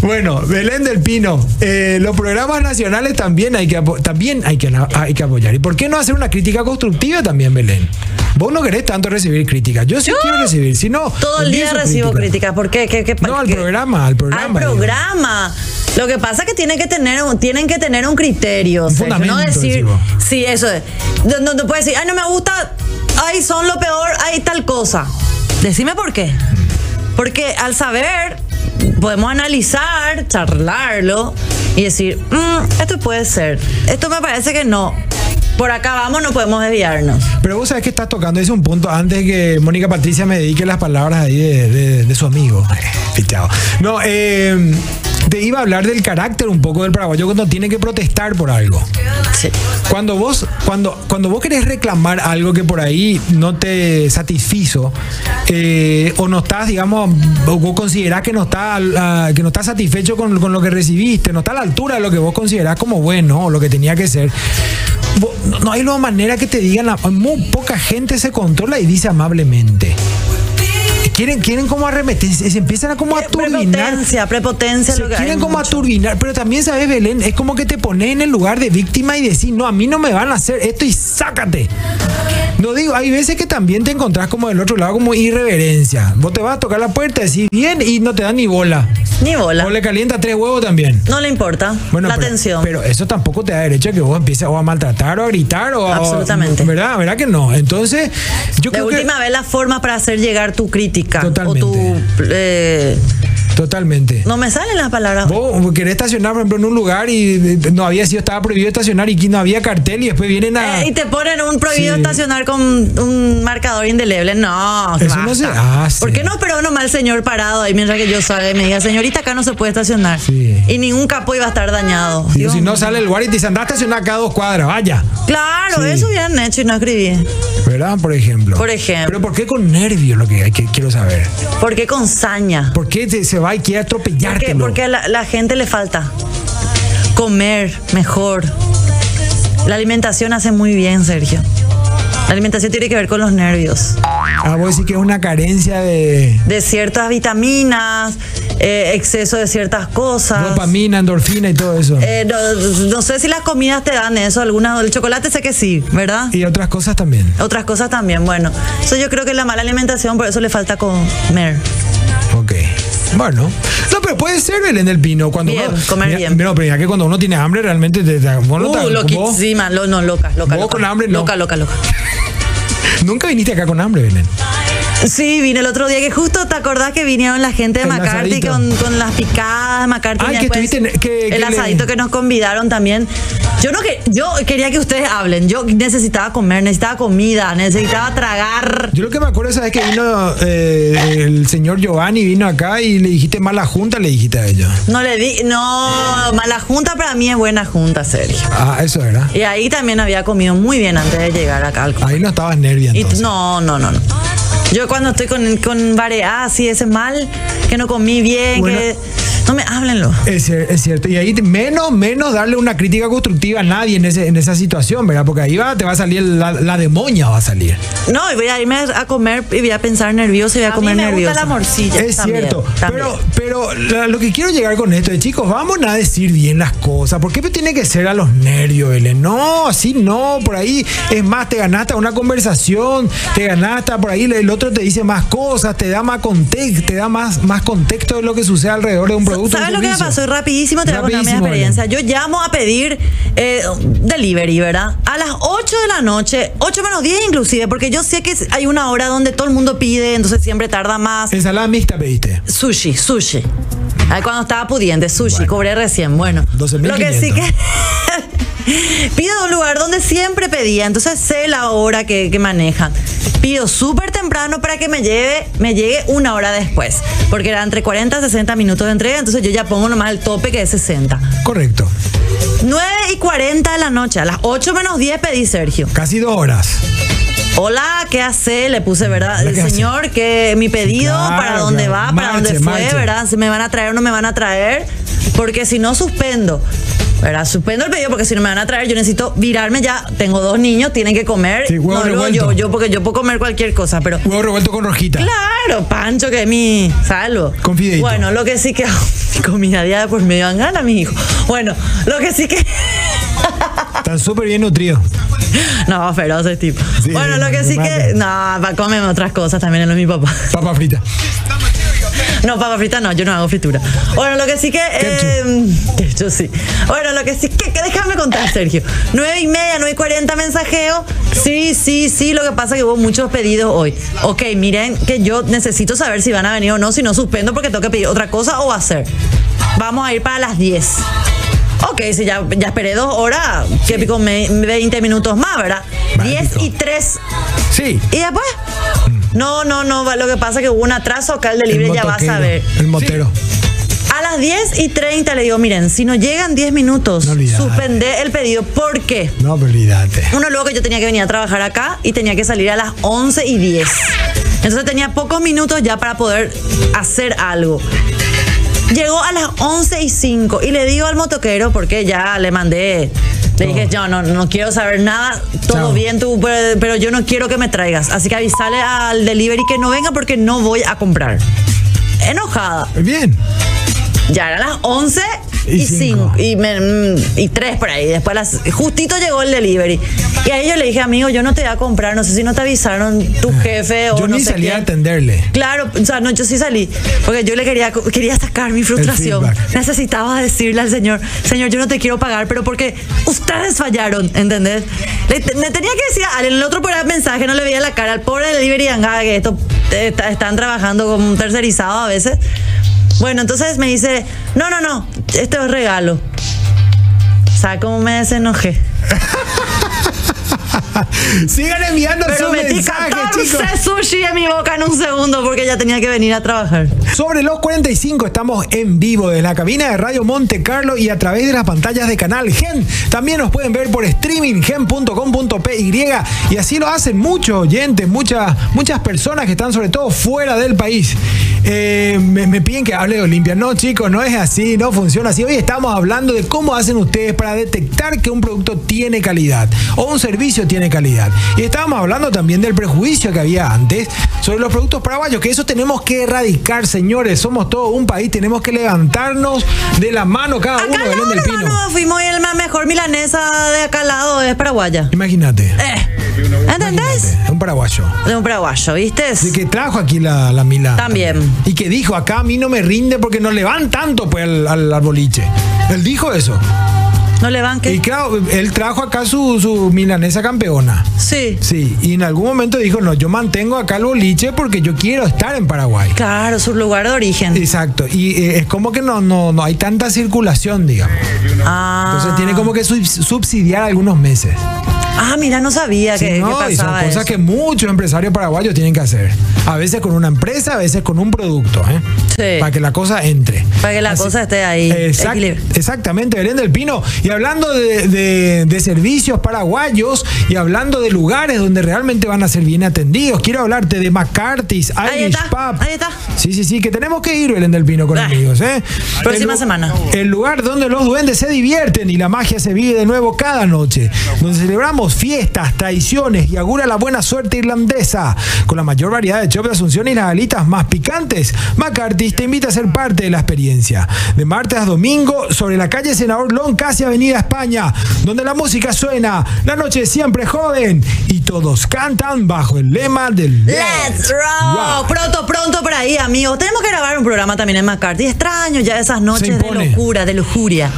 S1: Bueno, Belén del Pino, eh, los programas nacionales también hay que apo- también hay que, hay que apoyar. ¿Y por qué no hacer una crítica constructiva también, Belén? Vos no querés tanto recibir críticas. Yo sí quiero recibir, si no.
S2: Todo el día
S1: empiezo
S2: recibo críticas. ¿Por qué? ¿Qué, qué pa-
S1: No, al
S2: qué?
S1: programa, al programa.
S2: Al
S1: digo.
S2: programa. Lo que pasa es que tienen que tener un, tienen que tener un criterio. Sergio, no
S1: fundamento,
S2: decir.
S1: decimos.
S2: Sí, eso es. No, no, no puedes decir, ay, no me gusta, ay, son lo peor, ay, tal cosa. Decime por qué. Porque al saber, podemos analizar, charlarlo y decir, "Mm, esto puede ser. Esto me parece que no. Por acá vamos, no podemos desviarnos.
S1: Pero vos sabés que estás tocando ese un punto antes que Mónica Patricia me dedique las palabras ahí de, de- de su amigo. Fichado. No, eh, te iba a hablar del carácter un poco del paraguayo cuando tiene que protestar por algo.
S2: Sí.
S1: Cuando vos, cuando, cuando vos querés reclamar algo que por ahí no te satisfizo, eh, o no estás, digamos, o vos considerás que no está al- a- que no estás satisfecho con, con lo que recibiste, no está a la altura de lo que vos considerás como bueno o lo que tenía que ser. vos- no- no hay una manera que te digan, la- muy poca gente se controla y dice amablemente. Quieren, quieren como arremeter, se se empiezan a como a turbinar.
S2: Prepotencia, prepotencia.
S1: Se
S2: lo que este hay
S1: quieren como
S2: mucho.
S1: aturdinar, pero también sabes, Belén, es como que te pones en el lugar de víctima y decís, no, a mí no me van a hacer esto y sácate. No digo, hay veces que también te encontrás como del otro lado, como irreverencia. Vos te vas a tocar la puerta, decís bien y no te dan ni bola.
S2: Ni bola.
S1: O le calienta tres huevos también.
S2: No le importa la
S1: pero,
S2: atención.
S1: Pero eso tampoco te da derecho a que vos empieces o a maltratar o a gritar o a-
S2: Absolutamente.
S1: ¿Verdad? ¿Verdad que no? Entonces, yo
S2: de
S1: creo
S2: última vez la forma para hacer llegar tu crítica
S1: Totalmente.
S2: o tu eh,
S1: que. Totalmente.
S2: no me salen las palabras.
S1: Vos querés estacionar, por ejemplo, en un lugar y eh, no había sido, estaba prohibido estacionar y que no había cartel y después vienen a.
S2: Eh, y te ponen un prohibido
S1: Ah. Sí.
S2: estacionar con un marcador indeleble. No, que
S1: Eso no
S2: basta.
S1: se hace.
S2: ¿Por qué no pero nomás el señor parado ahí mientras que yo salga y me diga, señorita, acá no se puede estacionar?
S1: Sí.
S2: Y ningún capo iba a estar dañado.
S1: Sí,
S2: Dios
S1: si no
S2: mío.
S1: sale el guardia y te dice, anda a estacionar cada dos cuadras, vaya.
S2: Claro,
S1: Sí.
S2: eso hubieran hecho y no escribí.
S1: ¿Verdad? Por ejemplo.
S2: Por ejemplo.
S1: Pero ¿por qué con nervios lo que, hay que quiero saber?
S2: ¿Por qué con saña?
S1: ¿Por qué se, se va y quiere
S2: Porque,
S1: atropellarte?
S2: porque a la, la gente le falta comer mejor. La alimentación hace muy bien, Sergio. La alimentación tiene que ver con los nervios.
S1: Ah, vos decís que es una carencia de
S2: De ciertas vitaminas, eh, exceso de ciertas cosas.
S1: dopamina, endorfina y todo eso.
S2: Ah, Eh, no, no sé si las comidas te dan eso, algunas, el chocolate sé que sí, ¿verdad?
S1: y otras cosas también.
S2: Otras cosas también, bueno. Eso yo creo que la mala alimentación, por eso le falta comer.
S1: Ok. Bueno. No, pero puede ser Belén del Pino. Cuando
S2: Bien,
S1: uno,
S2: comer
S1: Mira,
S2: bien.
S1: No, pero ya que cuando uno tiene hambre realmente te, te- vos no
S2: Uh,
S1: te- vos
S2: loquísima, lo, no, loca, loca.
S1: vos
S2: loca.
S1: con hambre, no.
S2: Loca, loca, loca.
S1: Nunca viniste acá con hambre, Belén.
S2: Sí, vine el otro día, que justo te acordás que vinieron la gente de
S1: El
S2: McCarthy
S1: asadito.
S2: con, con las picadas de McCarthy.
S1: Ay,
S2: y
S1: que
S2: después
S1: estuviste en- que- que
S2: el
S1: le-
S2: asadito que nos convidaron también. Yo no que, yo quería que ustedes hablen. Yo necesitaba comer, necesitaba comida, necesitaba tragar.
S1: Yo lo que me acuerdo esa vez que vino eh, el señor Giovanni, vino acá y le dijiste mala junta, le dijiste a ellos.
S2: No le di, no, mala junta para mí es buena junta, Sergio.
S1: Ah, eso era.
S2: Y ahí también había comido muy bien antes de llegar acá al
S1: Ahí no estabas nervia
S2: Y t-
S1: entonces.
S2: no, no, no, no. Yo cuando estoy con, con vareá, así ese mal, que no comí bien,
S1: Bueno.
S2: que. No me háblenlo.
S1: Es, cier- es cierto, y ahí te- menos, menos darle una crítica constructiva a nadie en, ese- en esa situación, ¿verdad? Porque ahí va, te va a salir la, la demonia, va a salir.
S2: No, y voy a irme a a comer y voy a pensar nervioso y voy a,
S5: A mí
S2: comer
S5: me
S2: nervioso.
S5: gusta la morcilla.
S1: es
S2: también,
S1: cierto,
S2: también.
S1: pero, pero la- lo que quiero llegar con esto es, chicos, vamos a decir bien las cosas. ¿Por qué tiene que ser a los nervios, Belén? No, así no, por ahí es más, te ganaste una conversación, te ganaste por ahí, el otro te dice más cosas, te da más contexto, te da más, más contexto de lo que sucede alrededor de un producto. o
S2: ¿Sabes
S1: un
S2: lo que me
S1: servicio.
S2: pasó? Y Rapidísimo te voy a contar mi
S1: Rapidísimo,
S2: experiencia. Yo llamo a pedir eh, delivery, ¿verdad? A las 8 de la noche, 8 menos 10 inclusive, porque yo sé que hay una hora donde todo el mundo pide, entonces siempre tarda más.
S1: Ensalada mixta pediste.
S2: Sushi, sushi. Ay, cuando estaba pudiente, sushi, cobré recién. Bueno,
S1: 12.500.
S2: lo que sí que. Pido de un lugar donde siempre pedía, entonces sé la hora que, que manejan. Pido súper temprano para que me lleve, me llegue una hora después, porque era entre 40 y 60 minutos de entrega, entonces yo ya pongo nomás el tope que es 60.
S1: Correcto.
S2: 9 y 40 de la noche, a las 8 menos 10 pedí Sergio.
S1: Casi dos horas.
S2: Hola, ¿qué hace? Le puse, ¿verdad?
S1: Hola,
S2: El
S1: ¿qué hace?
S2: señor, que mi pedido,
S1: Claro,
S2: para dónde
S1: claro.
S2: va, para
S1: Marche,
S2: dónde fue,
S1: marche.
S2: ¿verdad? Si me van a traer o no me van a traer, porque si no suspendo. ¿Verdad? Suspendo el pedido porque si no me van a traer, yo necesito virarme ya. Tengo dos niños, tienen que comer.
S1: Sí, huevo
S2: no luego
S1: revuelto.
S2: yo, yo, porque yo puedo comer cualquier cosa, pero.
S1: Huevo revuelto con rojita.
S2: Claro, Pancho, que es mi salvo.
S1: Con fideíto.
S2: Bueno, lo que sí que. Mi comida diaria por medio dan gana, mi hijo. Bueno, lo que sí que.
S1: Están súper bien nutridos.
S2: No, feroces tipo.
S1: Sí,
S2: bueno, lo que
S1: me
S2: sí
S1: mata.
S2: que. No, pa, comen otras cosas también, es lo de mi papá.
S1: Papa frita.
S2: No, papa frita no, yo no hago fritura. Bueno, lo que sí que. eh, yo sí. Bueno, lo que sí que. que déjame contar, Sergio. Nueve y media, nueve y cuarenta mensajeo. Sí, sí, sí. Lo que pasa es que hubo muchos pedidos hoy. Ok, miren que yo necesito saber si van a venir o no. Si no, suspendo porque tengo que pedir otra cosa o hacer. Vamos a ir para las 10. Ok, si ya, ya esperé dos horas, que pico me- 20 minutos más, ¿verdad?
S1: Maldito.
S2: 10 y 3
S1: Sí.
S2: y después. No, no, no. va- Lo que pasa es que hubo un atraso acá el delivery, ya vas a
S1: motoquero,
S2: ver.
S1: El motero.
S2: A las 10 y 30 le digo, miren, si no llegan 10 minutos,
S1: No olvidate.
S2: suspendé el pedido. ¿Por qué?
S1: No, pero olvídate.
S2: Uno luego que yo tenía que venir a trabajar acá y tenía que salir a las 11 y 10. Entonces tenía pocos minutos ya para poder hacer algo. Llegó a las 11 y 5 y le digo al motoquero, porque ya le mandé, le dije, yo no, no quiero saber nada, todo
S1: Chao.
S2: bien, tú, pero, pero yo no quiero que me traigas. Así que avisale al delivery que no venga porque no voy a comprar. Enojada.
S1: Bien.
S2: Ya eran las 11
S1: Y
S2: y,
S1: cinco.
S2: cinco, y, me- mm, y tres por ahí. Después a las, justito llegó el delivery. Y ahí yo le dije, amigo, yo no te voy a comprar, no sé si no te avisaron tu jefe o
S1: Ah. Yo
S2: no
S1: ni
S2: sé
S1: salí a
S2: quién".
S1: atenderle.
S2: Claro, o sea, no, yo sí salí, porque yo le quería, quería sacar mi frustración.
S1: feedback.
S2: Necesitaba decirle al señor, señor, yo no te quiero pagar, pero porque ustedes fallaron, ¿entendés? Le, te- le tenía que decir al el otro por el mensaje, no le veía la cara al pobre delivery Yanga, que esto, eh, está- están trabajando con un tercerizado a veces. Bueno, entonces me dice, no, no, no, esto es regalo. ¿Sabes cómo me desenojé?
S1: Sigan enviando
S2: Pero
S1: su
S2: metí
S1: mensaje,
S2: 14
S1: chicos.
S2: sushi en mi boca en un segundo porque ya tenía que venir a trabajar.
S1: Sobre los 45 estamos en vivo desde la cabina de Radio Monte Carlo y a través de las pantallas de Canal Gen. También nos pueden ver por streaming gen.com.py y así lo hacen muchos oyentes, muchas, muchas personas que están sobre todo fuera del país. Eh, me, me piden que hable de Olimpia. No, chicos, no es así, no funciona así. Hoy estamos hablando de cómo hacen ustedes para detectar que un producto tiene calidad o un servicio tiene calidad. Y estábamos hablando también del prejuicio que había antes sobre los productos paraguayos, que eso tenemos que erradicar, señores. Somos todo un país, tenemos que levantarnos de la mano cada uno,
S2: Acá al
S1: Belén
S2: lado,
S1: del Pino.
S2: hermano, fuimos y el más mejor milanesa de acá al lado es paraguaya.
S1: Imagínate,
S2: Eh, ¿Entendés?
S1: un paraguayo.
S2: De un paraguayo, ¿viste?
S1: De que trajo aquí la, la Mila.
S2: También.
S1: Y que dijo, acá a mí no me rinde porque no le van tanto pues, al, al- al boliche. Él dijo eso.
S2: ¿No le van
S1: Y
S2: que?
S1: claro, él trajo acá su, su milanesa campeona.
S2: Sí.
S1: Sí, y en algún momento dijo, no, yo mantengo acá el boliche porque yo quiero estar en Paraguay.
S2: Claro, su lugar de origen.
S1: Exacto, y eh, es como que no, no, no hay tanta circulación, digamos.
S2: Ah,
S1: Entonces tiene como que sub- subsidiar algunos meses.
S2: ah, mira, no sabía
S1: Sí,
S2: que, que
S1: no,
S2: pasaba
S1: y son cosas
S2: eso.
S1: que muchos empresarios paraguayos tienen que hacer. A veces con una empresa, a veces con un producto, ¿eh?
S2: Sí.
S1: Para que la cosa entre.
S2: Para que la cosa esté ahí,
S1: Exact-
S2: equilibrio.
S1: exactamente, Belén del Pino. Y hablando de, de- de servicios paraguayos y hablando de lugares donde realmente van a ser bien atendidos, quiero hablarte de McCarthy's,
S2: Ahí
S1: Irish
S2: está,
S1: Pub.
S2: ahí está.
S1: Sí, sí, sí, que tenemos que ir, Belén del Pino, con
S2: Ah,
S1: amigos, ¿eh?
S2: próxima
S1: lu-
S2: semana.
S1: El lugar donde los duendes se divierten y la magia se vive de nuevo cada noche. Donde celebramos fiestas, tradiciones y augura la buena suerte irlandesa. Con la mayor variedad de chops de Asunción y las alitas más picantes, McCarthy te invita a ser parte de la experiencia. De martes a domingo, sobre la calle Senador Long, casi Avenida España, donde la música suena, la noche siempre joven y todos cantan bajo el lema del
S2: Let's rock.
S1: Rock.
S2: Pronto, pronto por ahí, amigos. Tenemos que grabar un programa también en McCarthy. Extraño ya esas noches de
S1: impone.
S2: locura, de lujuria.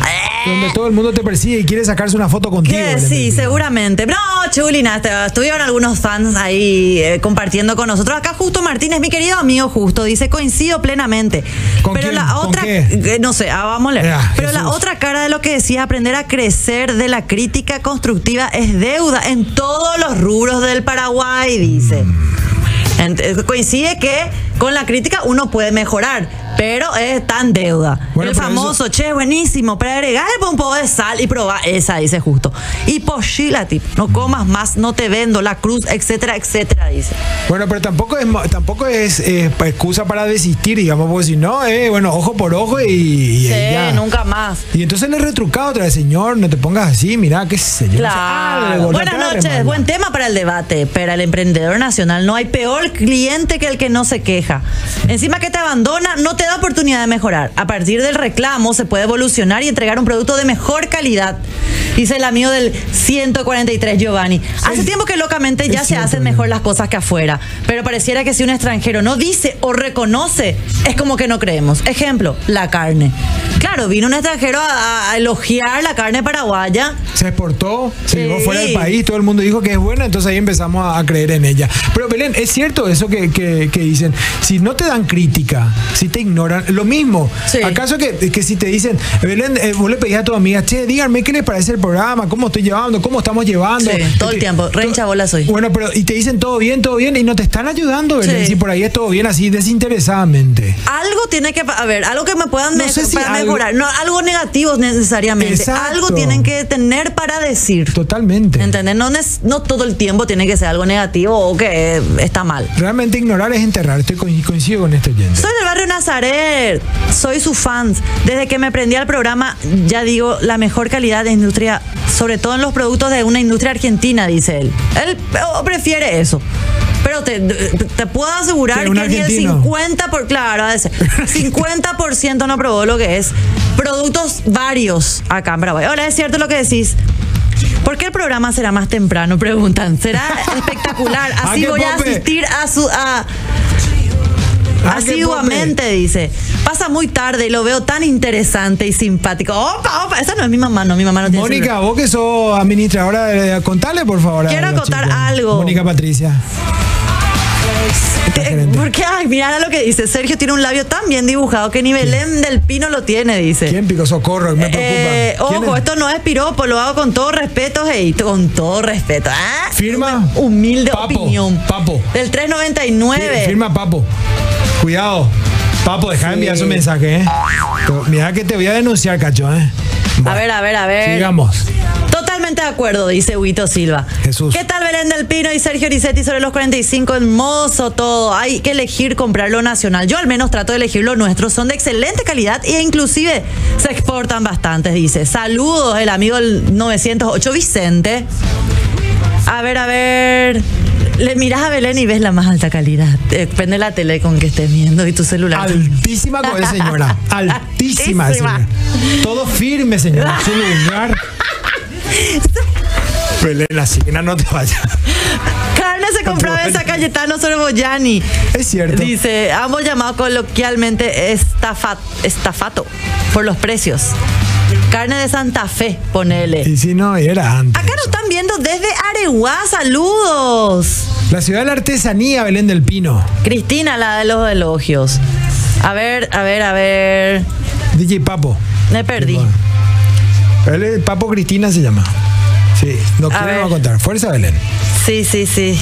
S1: Donde todo el mundo te persigue y quiere sacarse una foto contigo.
S2: Que
S1: Belén
S2: sí,
S1: del Pino.
S2: seguramente. No, Chulina, est- estuvieron algunos fans ahí eh, compartiendo con nosotros. Acá Justo Martínez, mi querido amigo Justo, dice, coincido plenamente.
S1: ¿Con
S2: Pero
S1: quién?
S2: la
S1: ¿Con
S2: otra,
S1: qué?
S2: eh, no sé, ah, vamos a leer.
S1: Ah,
S2: Pero la
S1: Jesús.
S2: otra cara de lo que decía, aprender a crecer de la crítica constructiva es deuda en todos los rubros del Paraguay, dice.
S1: Mm.
S2: Ent- eh, Coincide que con la crítica uno puede mejorar, pero está en deuda.
S1: Bueno,
S2: el
S1: pero eso-
S2: famoso, che, buenísimo, para agregar un poco de sal y probar esa, dice justo. Y poshilati, no comas más, no te vendo, la cruz, etcétera, etcétera, dice.
S1: Bueno, pero tampoco es mo- tampoco es eh, pa- excusa para desistir, digamos, porque si no, eh, bueno, ojo por ojo y, y
S2: Sí,
S1: ya.
S2: nunca más.
S1: Y entonces le he retrucado otra vez, señor, no te pongas así, mirá, qué sé yo. no sé, ah,
S2: Claro.
S1: algo, no
S2: Buenas
S1: te agarres
S2: noches,
S1: mal.
S2: buen tema para el debate. Para el emprendedor nacional no hay peor cliente que el que no se queja. Encima que te abandona, no te da oportunidad de mejorar. A partir del reclamo se puede evolucionar y entregar un producto de mejor calidad. Dice el amigo del 143 Giovanni. Hace
S1: Sí.
S2: tiempo que locamente ya
S1: Es
S2: se
S1: cierto,
S2: hacen mejor las cosas que afuera, pero pareciera que si un extranjero no dice o reconoce, es como que no creemos. Ejemplo, la carne. Claro, vino un extranjero a- a elogiar la carne paraguaya
S1: Se exportó, se
S2: Sí.
S1: llevó fuera del país, todo el mundo dijo que es buena, entonces ahí empezamos a, a creer en ella. Pero Belén, es cierto eso que, que- que dicen, si no te dan crítica, si te ignoran, lo mismo.
S2: Sí.
S1: ¿Acaso que, que si te dicen, Belén, eh, vos le pedís a tu amiga, che, díganme qué les parece el programa, cómo estoy llevando, cómo estamos llevando?
S2: Sí, todo el
S1: Te-
S2: tiempo, re
S1: to-
S2: hincha bola soy.
S1: Bueno, pero y te dicen todo bien, todo bien, y no te están ayudando, Belén,
S2: Sí.
S1: si por ahí es todo bien así, desinteresadamente.
S2: Algo tiene que, pa- a ver, algo que me puedan
S1: No
S2: me-
S1: sé si
S2: para
S1: algo-
S2: mejorar, no algo negativo necesariamente,
S1: Exacto.
S2: algo tienen que tener para decir.
S1: Totalmente.
S2: ¿Entendés? No, nes- no todo el tiempo tiene que ser algo negativo o que eh, está mal.
S1: Realmente ignorar es enterrar, estoy co- coincido con este oyente.
S2: Soy del barrio Nazaret, soy su fan. Desde que me prendí al programa, ya digo, la mejor calidad de industria, sobre todo en los productos de una industria argentina, dice él. Él oh, prefiere eso. Pero te, te puedo asegurar
S1: Que un
S2: que ni el
S1: argentino.
S2: 50%, por, claro, a veces, 50% no probó lo que es productos varios acá en Paraguay. Ahora, es cierto lo que decís. ¿Por qué el programa será más temprano? Preguntan. Será espectacular.
S1: Ah,
S2: Así
S1: qué
S2: voy a
S1: pope.
S2: asistir a su. a-
S1: Ah, qué
S2: Asiduamente, dice. Pasa muy tarde y lo veo tan interesante y simpático. Opa, opa, esa no es mi mamá, no, mi mamá no tiene celular.
S1: Mónica, vos que sos administradora, de- contale por favor. a
S2: Quiero
S1: los
S2: contar
S1: chicos.
S2: algo.
S1: Mónica Patricia.
S2: Te- Porque, Eh, ay, mirá lo que dice. Sergio tiene un labio tan bien dibujado que ni Belén del Pino lo tiene, dice.
S1: ¿Quién pico socorro? Me preocupa.
S2: Eh,
S1: ¿Quién
S2: ojo,
S1: es?
S2: esto no es piropo, lo hago con todo respeto, hey, con todo respeto. Ah,
S1: Firma.
S2: Humilde
S1: Papo,
S2: opinión.
S1: Papo.
S2: Del
S1: Fir-
S2: 399.
S1: Firma Papo. Cuidado. Papo, deja de enviar su mensaje, ¿eh? Mira que te voy a denunciar, cacho, ¿eh?
S2: A ver, a ver, a ver.
S1: Sigamos.
S2: Totalmente de acuerdo, dice Huito Silva.
S1: Jesús.
S2: ¿Qué tal Belén del Pino y Sergio Ricetti sobre los 45? Hermoso todo. Hay que elegir comprar lo nacional. Yo al menos trato de elegir lo nuestro. Son de excelente calidad e inclusive se exportan bastantes, dice. Saludos, el amigo del 908 Vicente. A ver, a ver. Le mirás a Belén y ves la más alta calidad. Eh, Prende la tele con que estés viendo y tu celular.
S1: Altísima con esa señora. Altísima,
S2: Altísima.
S1: señora. Todo firme, señora. En su lugar. Pelé, la signa no te vaya.
S2: Carne se compraba en San Cayetano sobre Boyani.
S1: Es cierto.
S2: Dice, ambos llamados coloquialmente estafa- estafato por los precios. Carne de Santa Fe, ponele.
S1: Y si no, era antes.
S2: Acá nos están viendo desde Areguá, saludos.
S1: La ciudad de la artesanía, Belén del Pino.
S2: Cristina, la de los elogios. A ver, a ver, a ver.
S1: DJ Papo.
S2: Me perdí.
S1: Él es- Papo Cristina se llama. Sí, no
S2: A
S1: quiero
S2: ver.
S1: no contar. Fuerza, Belén.
S2: Sí, sí, sí.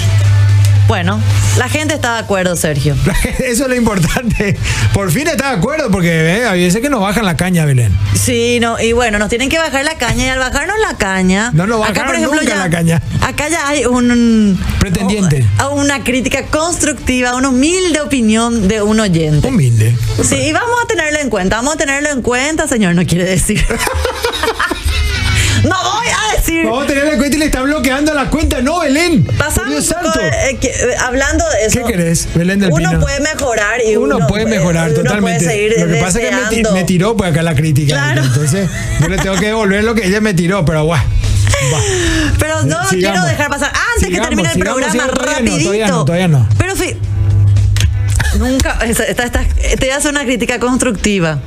S2: Bueno, la gente está de acuerdo, Sergio.
S1: Eso es lo importante. Por fin está de acuerdo, porque eh, a veces que nos bajan la caña, Belén.
S2: Sí, no, y bueno, nos tienen que bajar la caña y al bajarnos la caña.
S1: No nos bajaron nunca la caña.
S2: Acá ya hay un. un-
S1: Pretendiente.
S2: o- a una crítica constructiva, una humilde opinión de un oyente.
S1: Humilde.
S2: Sí, y vamos a tenerlo en cuenta, vamos a tenerlo en cuenta, señor, no quiere decir. no voy a decir.
S1: Vamos a tener la cuenta y le está bloqueando la cuenta, no, Belén. Por Dios
S2: Pasamos un poco,
S1: santo.
S2: eh, que, eh, hablando de eso.
S1: ¿Qué querés, Belén del
S2: uno
S1: Pino?
S2: puede mejorar y
S1: Uno,
S2: uno, pues,
S1: puede mejorar
S2: uno
S1: totalmente.
S2: puede seguir
S1: lo que pasa es que me ti- me,
S2: deseando.
S1: tiró por acá la crítica.
S2: Claro.
S1: Entonces, yo le tengo que devolver lo que ella me tiró, pero guau. va.
S2: Pero no
S1: Eh, Sigamos.
S2: quiero dejar pasar. Antes que
S1: Sigamos,
S2: termine el
S1: sigamos,
S2: programa,
S1: sigamos. Todavía no,
S2: rapidito.
S1: todavía no, todavía no.
S2: Pero fi- Nunca. esa- esta- esta- te voy a hacer una crítica constructiva.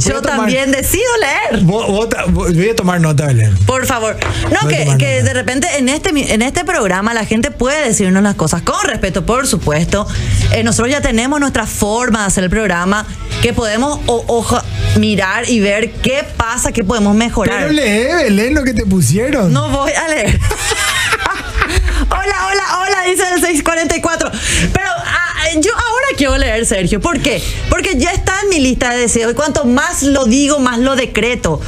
S2: Yo
S1: a tomar-
S2: también decido leer.
S1: Vos- vos ta- vos- voy a tomar nota, Belén.
S2: Por favor. No,
S1: Voy a
S2: que,
S1: tomar
S2: que
S1: nota.
S2: de repente en este, mi- en este programa la gente puede decirnos las cosas con respeto, por supuesto. Eh, nosotros ya tenemos nuestra forma de hacer el programa que podemos o- ojo, mirar y ver qué pasa, qué podemos mejorar.
S1: Pero lee, Belén, lo que te pusieron.
S2: No voy a leer. hola, hola, hola, dice el 644. Pero ah, yo ahora quiero leer, Sergio. ¿Por qué? Porque ya está en mi lista de deseos. Y cuanto más lo digo, más lo decreto.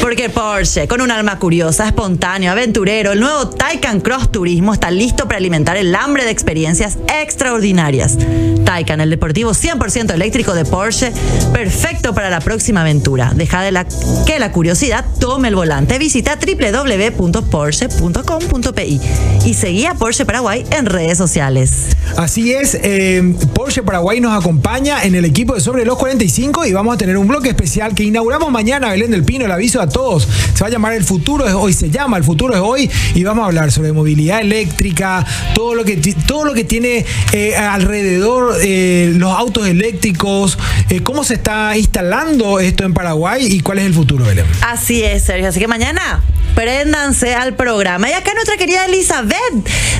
S2: Porque Porsche, con un alma curiosa, espontáneo, aventurero, el nuevo Taycan Cross Turismo está listo para alimentar el hambre de experiencias extraordinarias. Taycan, el deportivo 100% eléctrico de Porsche, perfecto para la próxima aventura. Deja de la, que la curiosidad tome el volante. Visita www.porsche.com.pi y seguí a Porsche Paraguay en redes sociales.
S1: Así es, eh, Porsche Paraguay nos acompaña en el equipo de Sobre los 45 y vamos a tener un bloque especial que inauguramos mañana, Belén del Pino, el aviso a todos. Se va a llamar El Futuro es Hoy, se llama El Futuro es Hoy y vamos a hablar sobre movilidad eléctrica, todo lo que, ti- todo lo que tiene eh, alrededor eh, los autos eléctricos, eh, cómo se está instalando esto en Paraguay y cuál es el futuro, Belén.
S2: Así es, Sergio. Así que mañana. Préndanse al programa. Y acá nuestra querida Elizabeth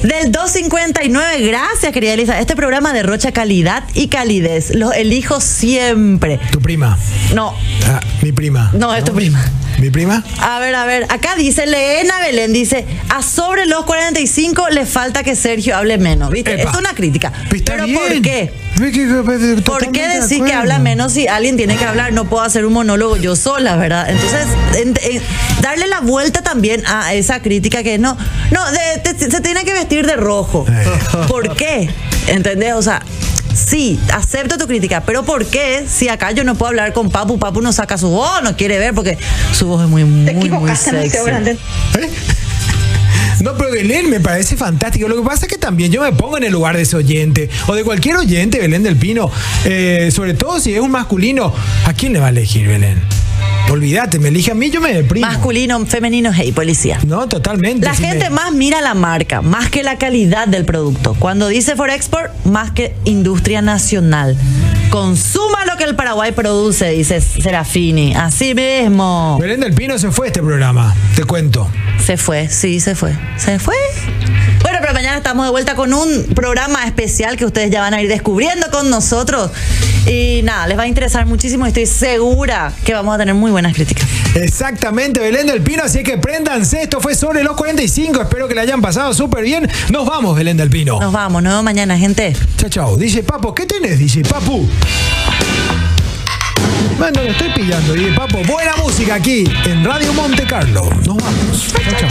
S2: del 259. Gracias, querida Elizabeth. Este programa derrocha calidad y calidez. Los elijo siempre.
S1: Tu prima.
S2: No,
S1: Ah, mi prima.
S2: no, es tu prima.
S1: ¿Mi prima?
S2: A ver, a ver, acá dice Leena Belén, dice, a sobre los 45 le falta que Sergio hable menos, ¿viste?
S1: Epa.
S2: Es una crítica.
S1: Está
S2: Pero
S1: bien.
S2: ¿por qué? ¿Por
S1: Totalmente
S2: qué
S1: de
S2: decir que
S1: acuerdo.
S2: habla menos si alguien tiene que hablar? No puedo hacer un monólogo yo sola, ¿verdad? Entonces, en- en- darle la vuelta también a esa crítica que no, no, de- te- se tiene que vestir de rojo.
S1: Eh.
S2: ¿Por qué? ¿Entendés? O sea, sí, acepto tu crítica, pero ¿por qué si acá yo no puedo hablar con Papu, Papu no saca su voz, no quiere ver porque su voz es muy, muy, muy sexy.
S1: ¿Eh? No, pero Belén me parece fantástico. Lo que pasa es que también yo me pongo en el lugar de ese oyente o de cualquier oyente, Belén del Pino. Eh, sobre todo si es un masculino. ¿A quién le va a elegir Belén? Olvídate, me elige a mí, yo me deprimo.
S2: Masculino, femenino, hey, policía.
S1: no, totalmente.
S2: La
S1: Si me-
S2: gente más mira la marca, más que la calidad del producto. Cuando dice Forexport, más que industria nacional. Consuma lo que el Paraguay produce, dice Serafini. Así mismo.
S1: Belén del Pino se fue este programa, te cuento.
S2: Se fue, sí, se fue. Se fue. Bueno, pero mañana estamos de vuelta con un programa especial que ustedes ya van a ir descubriendo con nosotros. Y nada, les va a interesar muchísimo y estoy segura que vamos a tener muy buenas críticas.
S1: Exactamente, Belén del Pino, así que préndanse. Esto fue sobre los 45. Espero que la hayan pasado súper bien. Nos vamos, Belén del Pino.
S2: Nos vamos, nos vemos mañana, gente.
S1: Chao, chao. Dice Papo, ¿qué tenés, DJ Papu? Bueno, lo estoy pillando, DJ Papo. Buena música aquí en Radio Monte Carlo. Nos vamos. Chao, chao.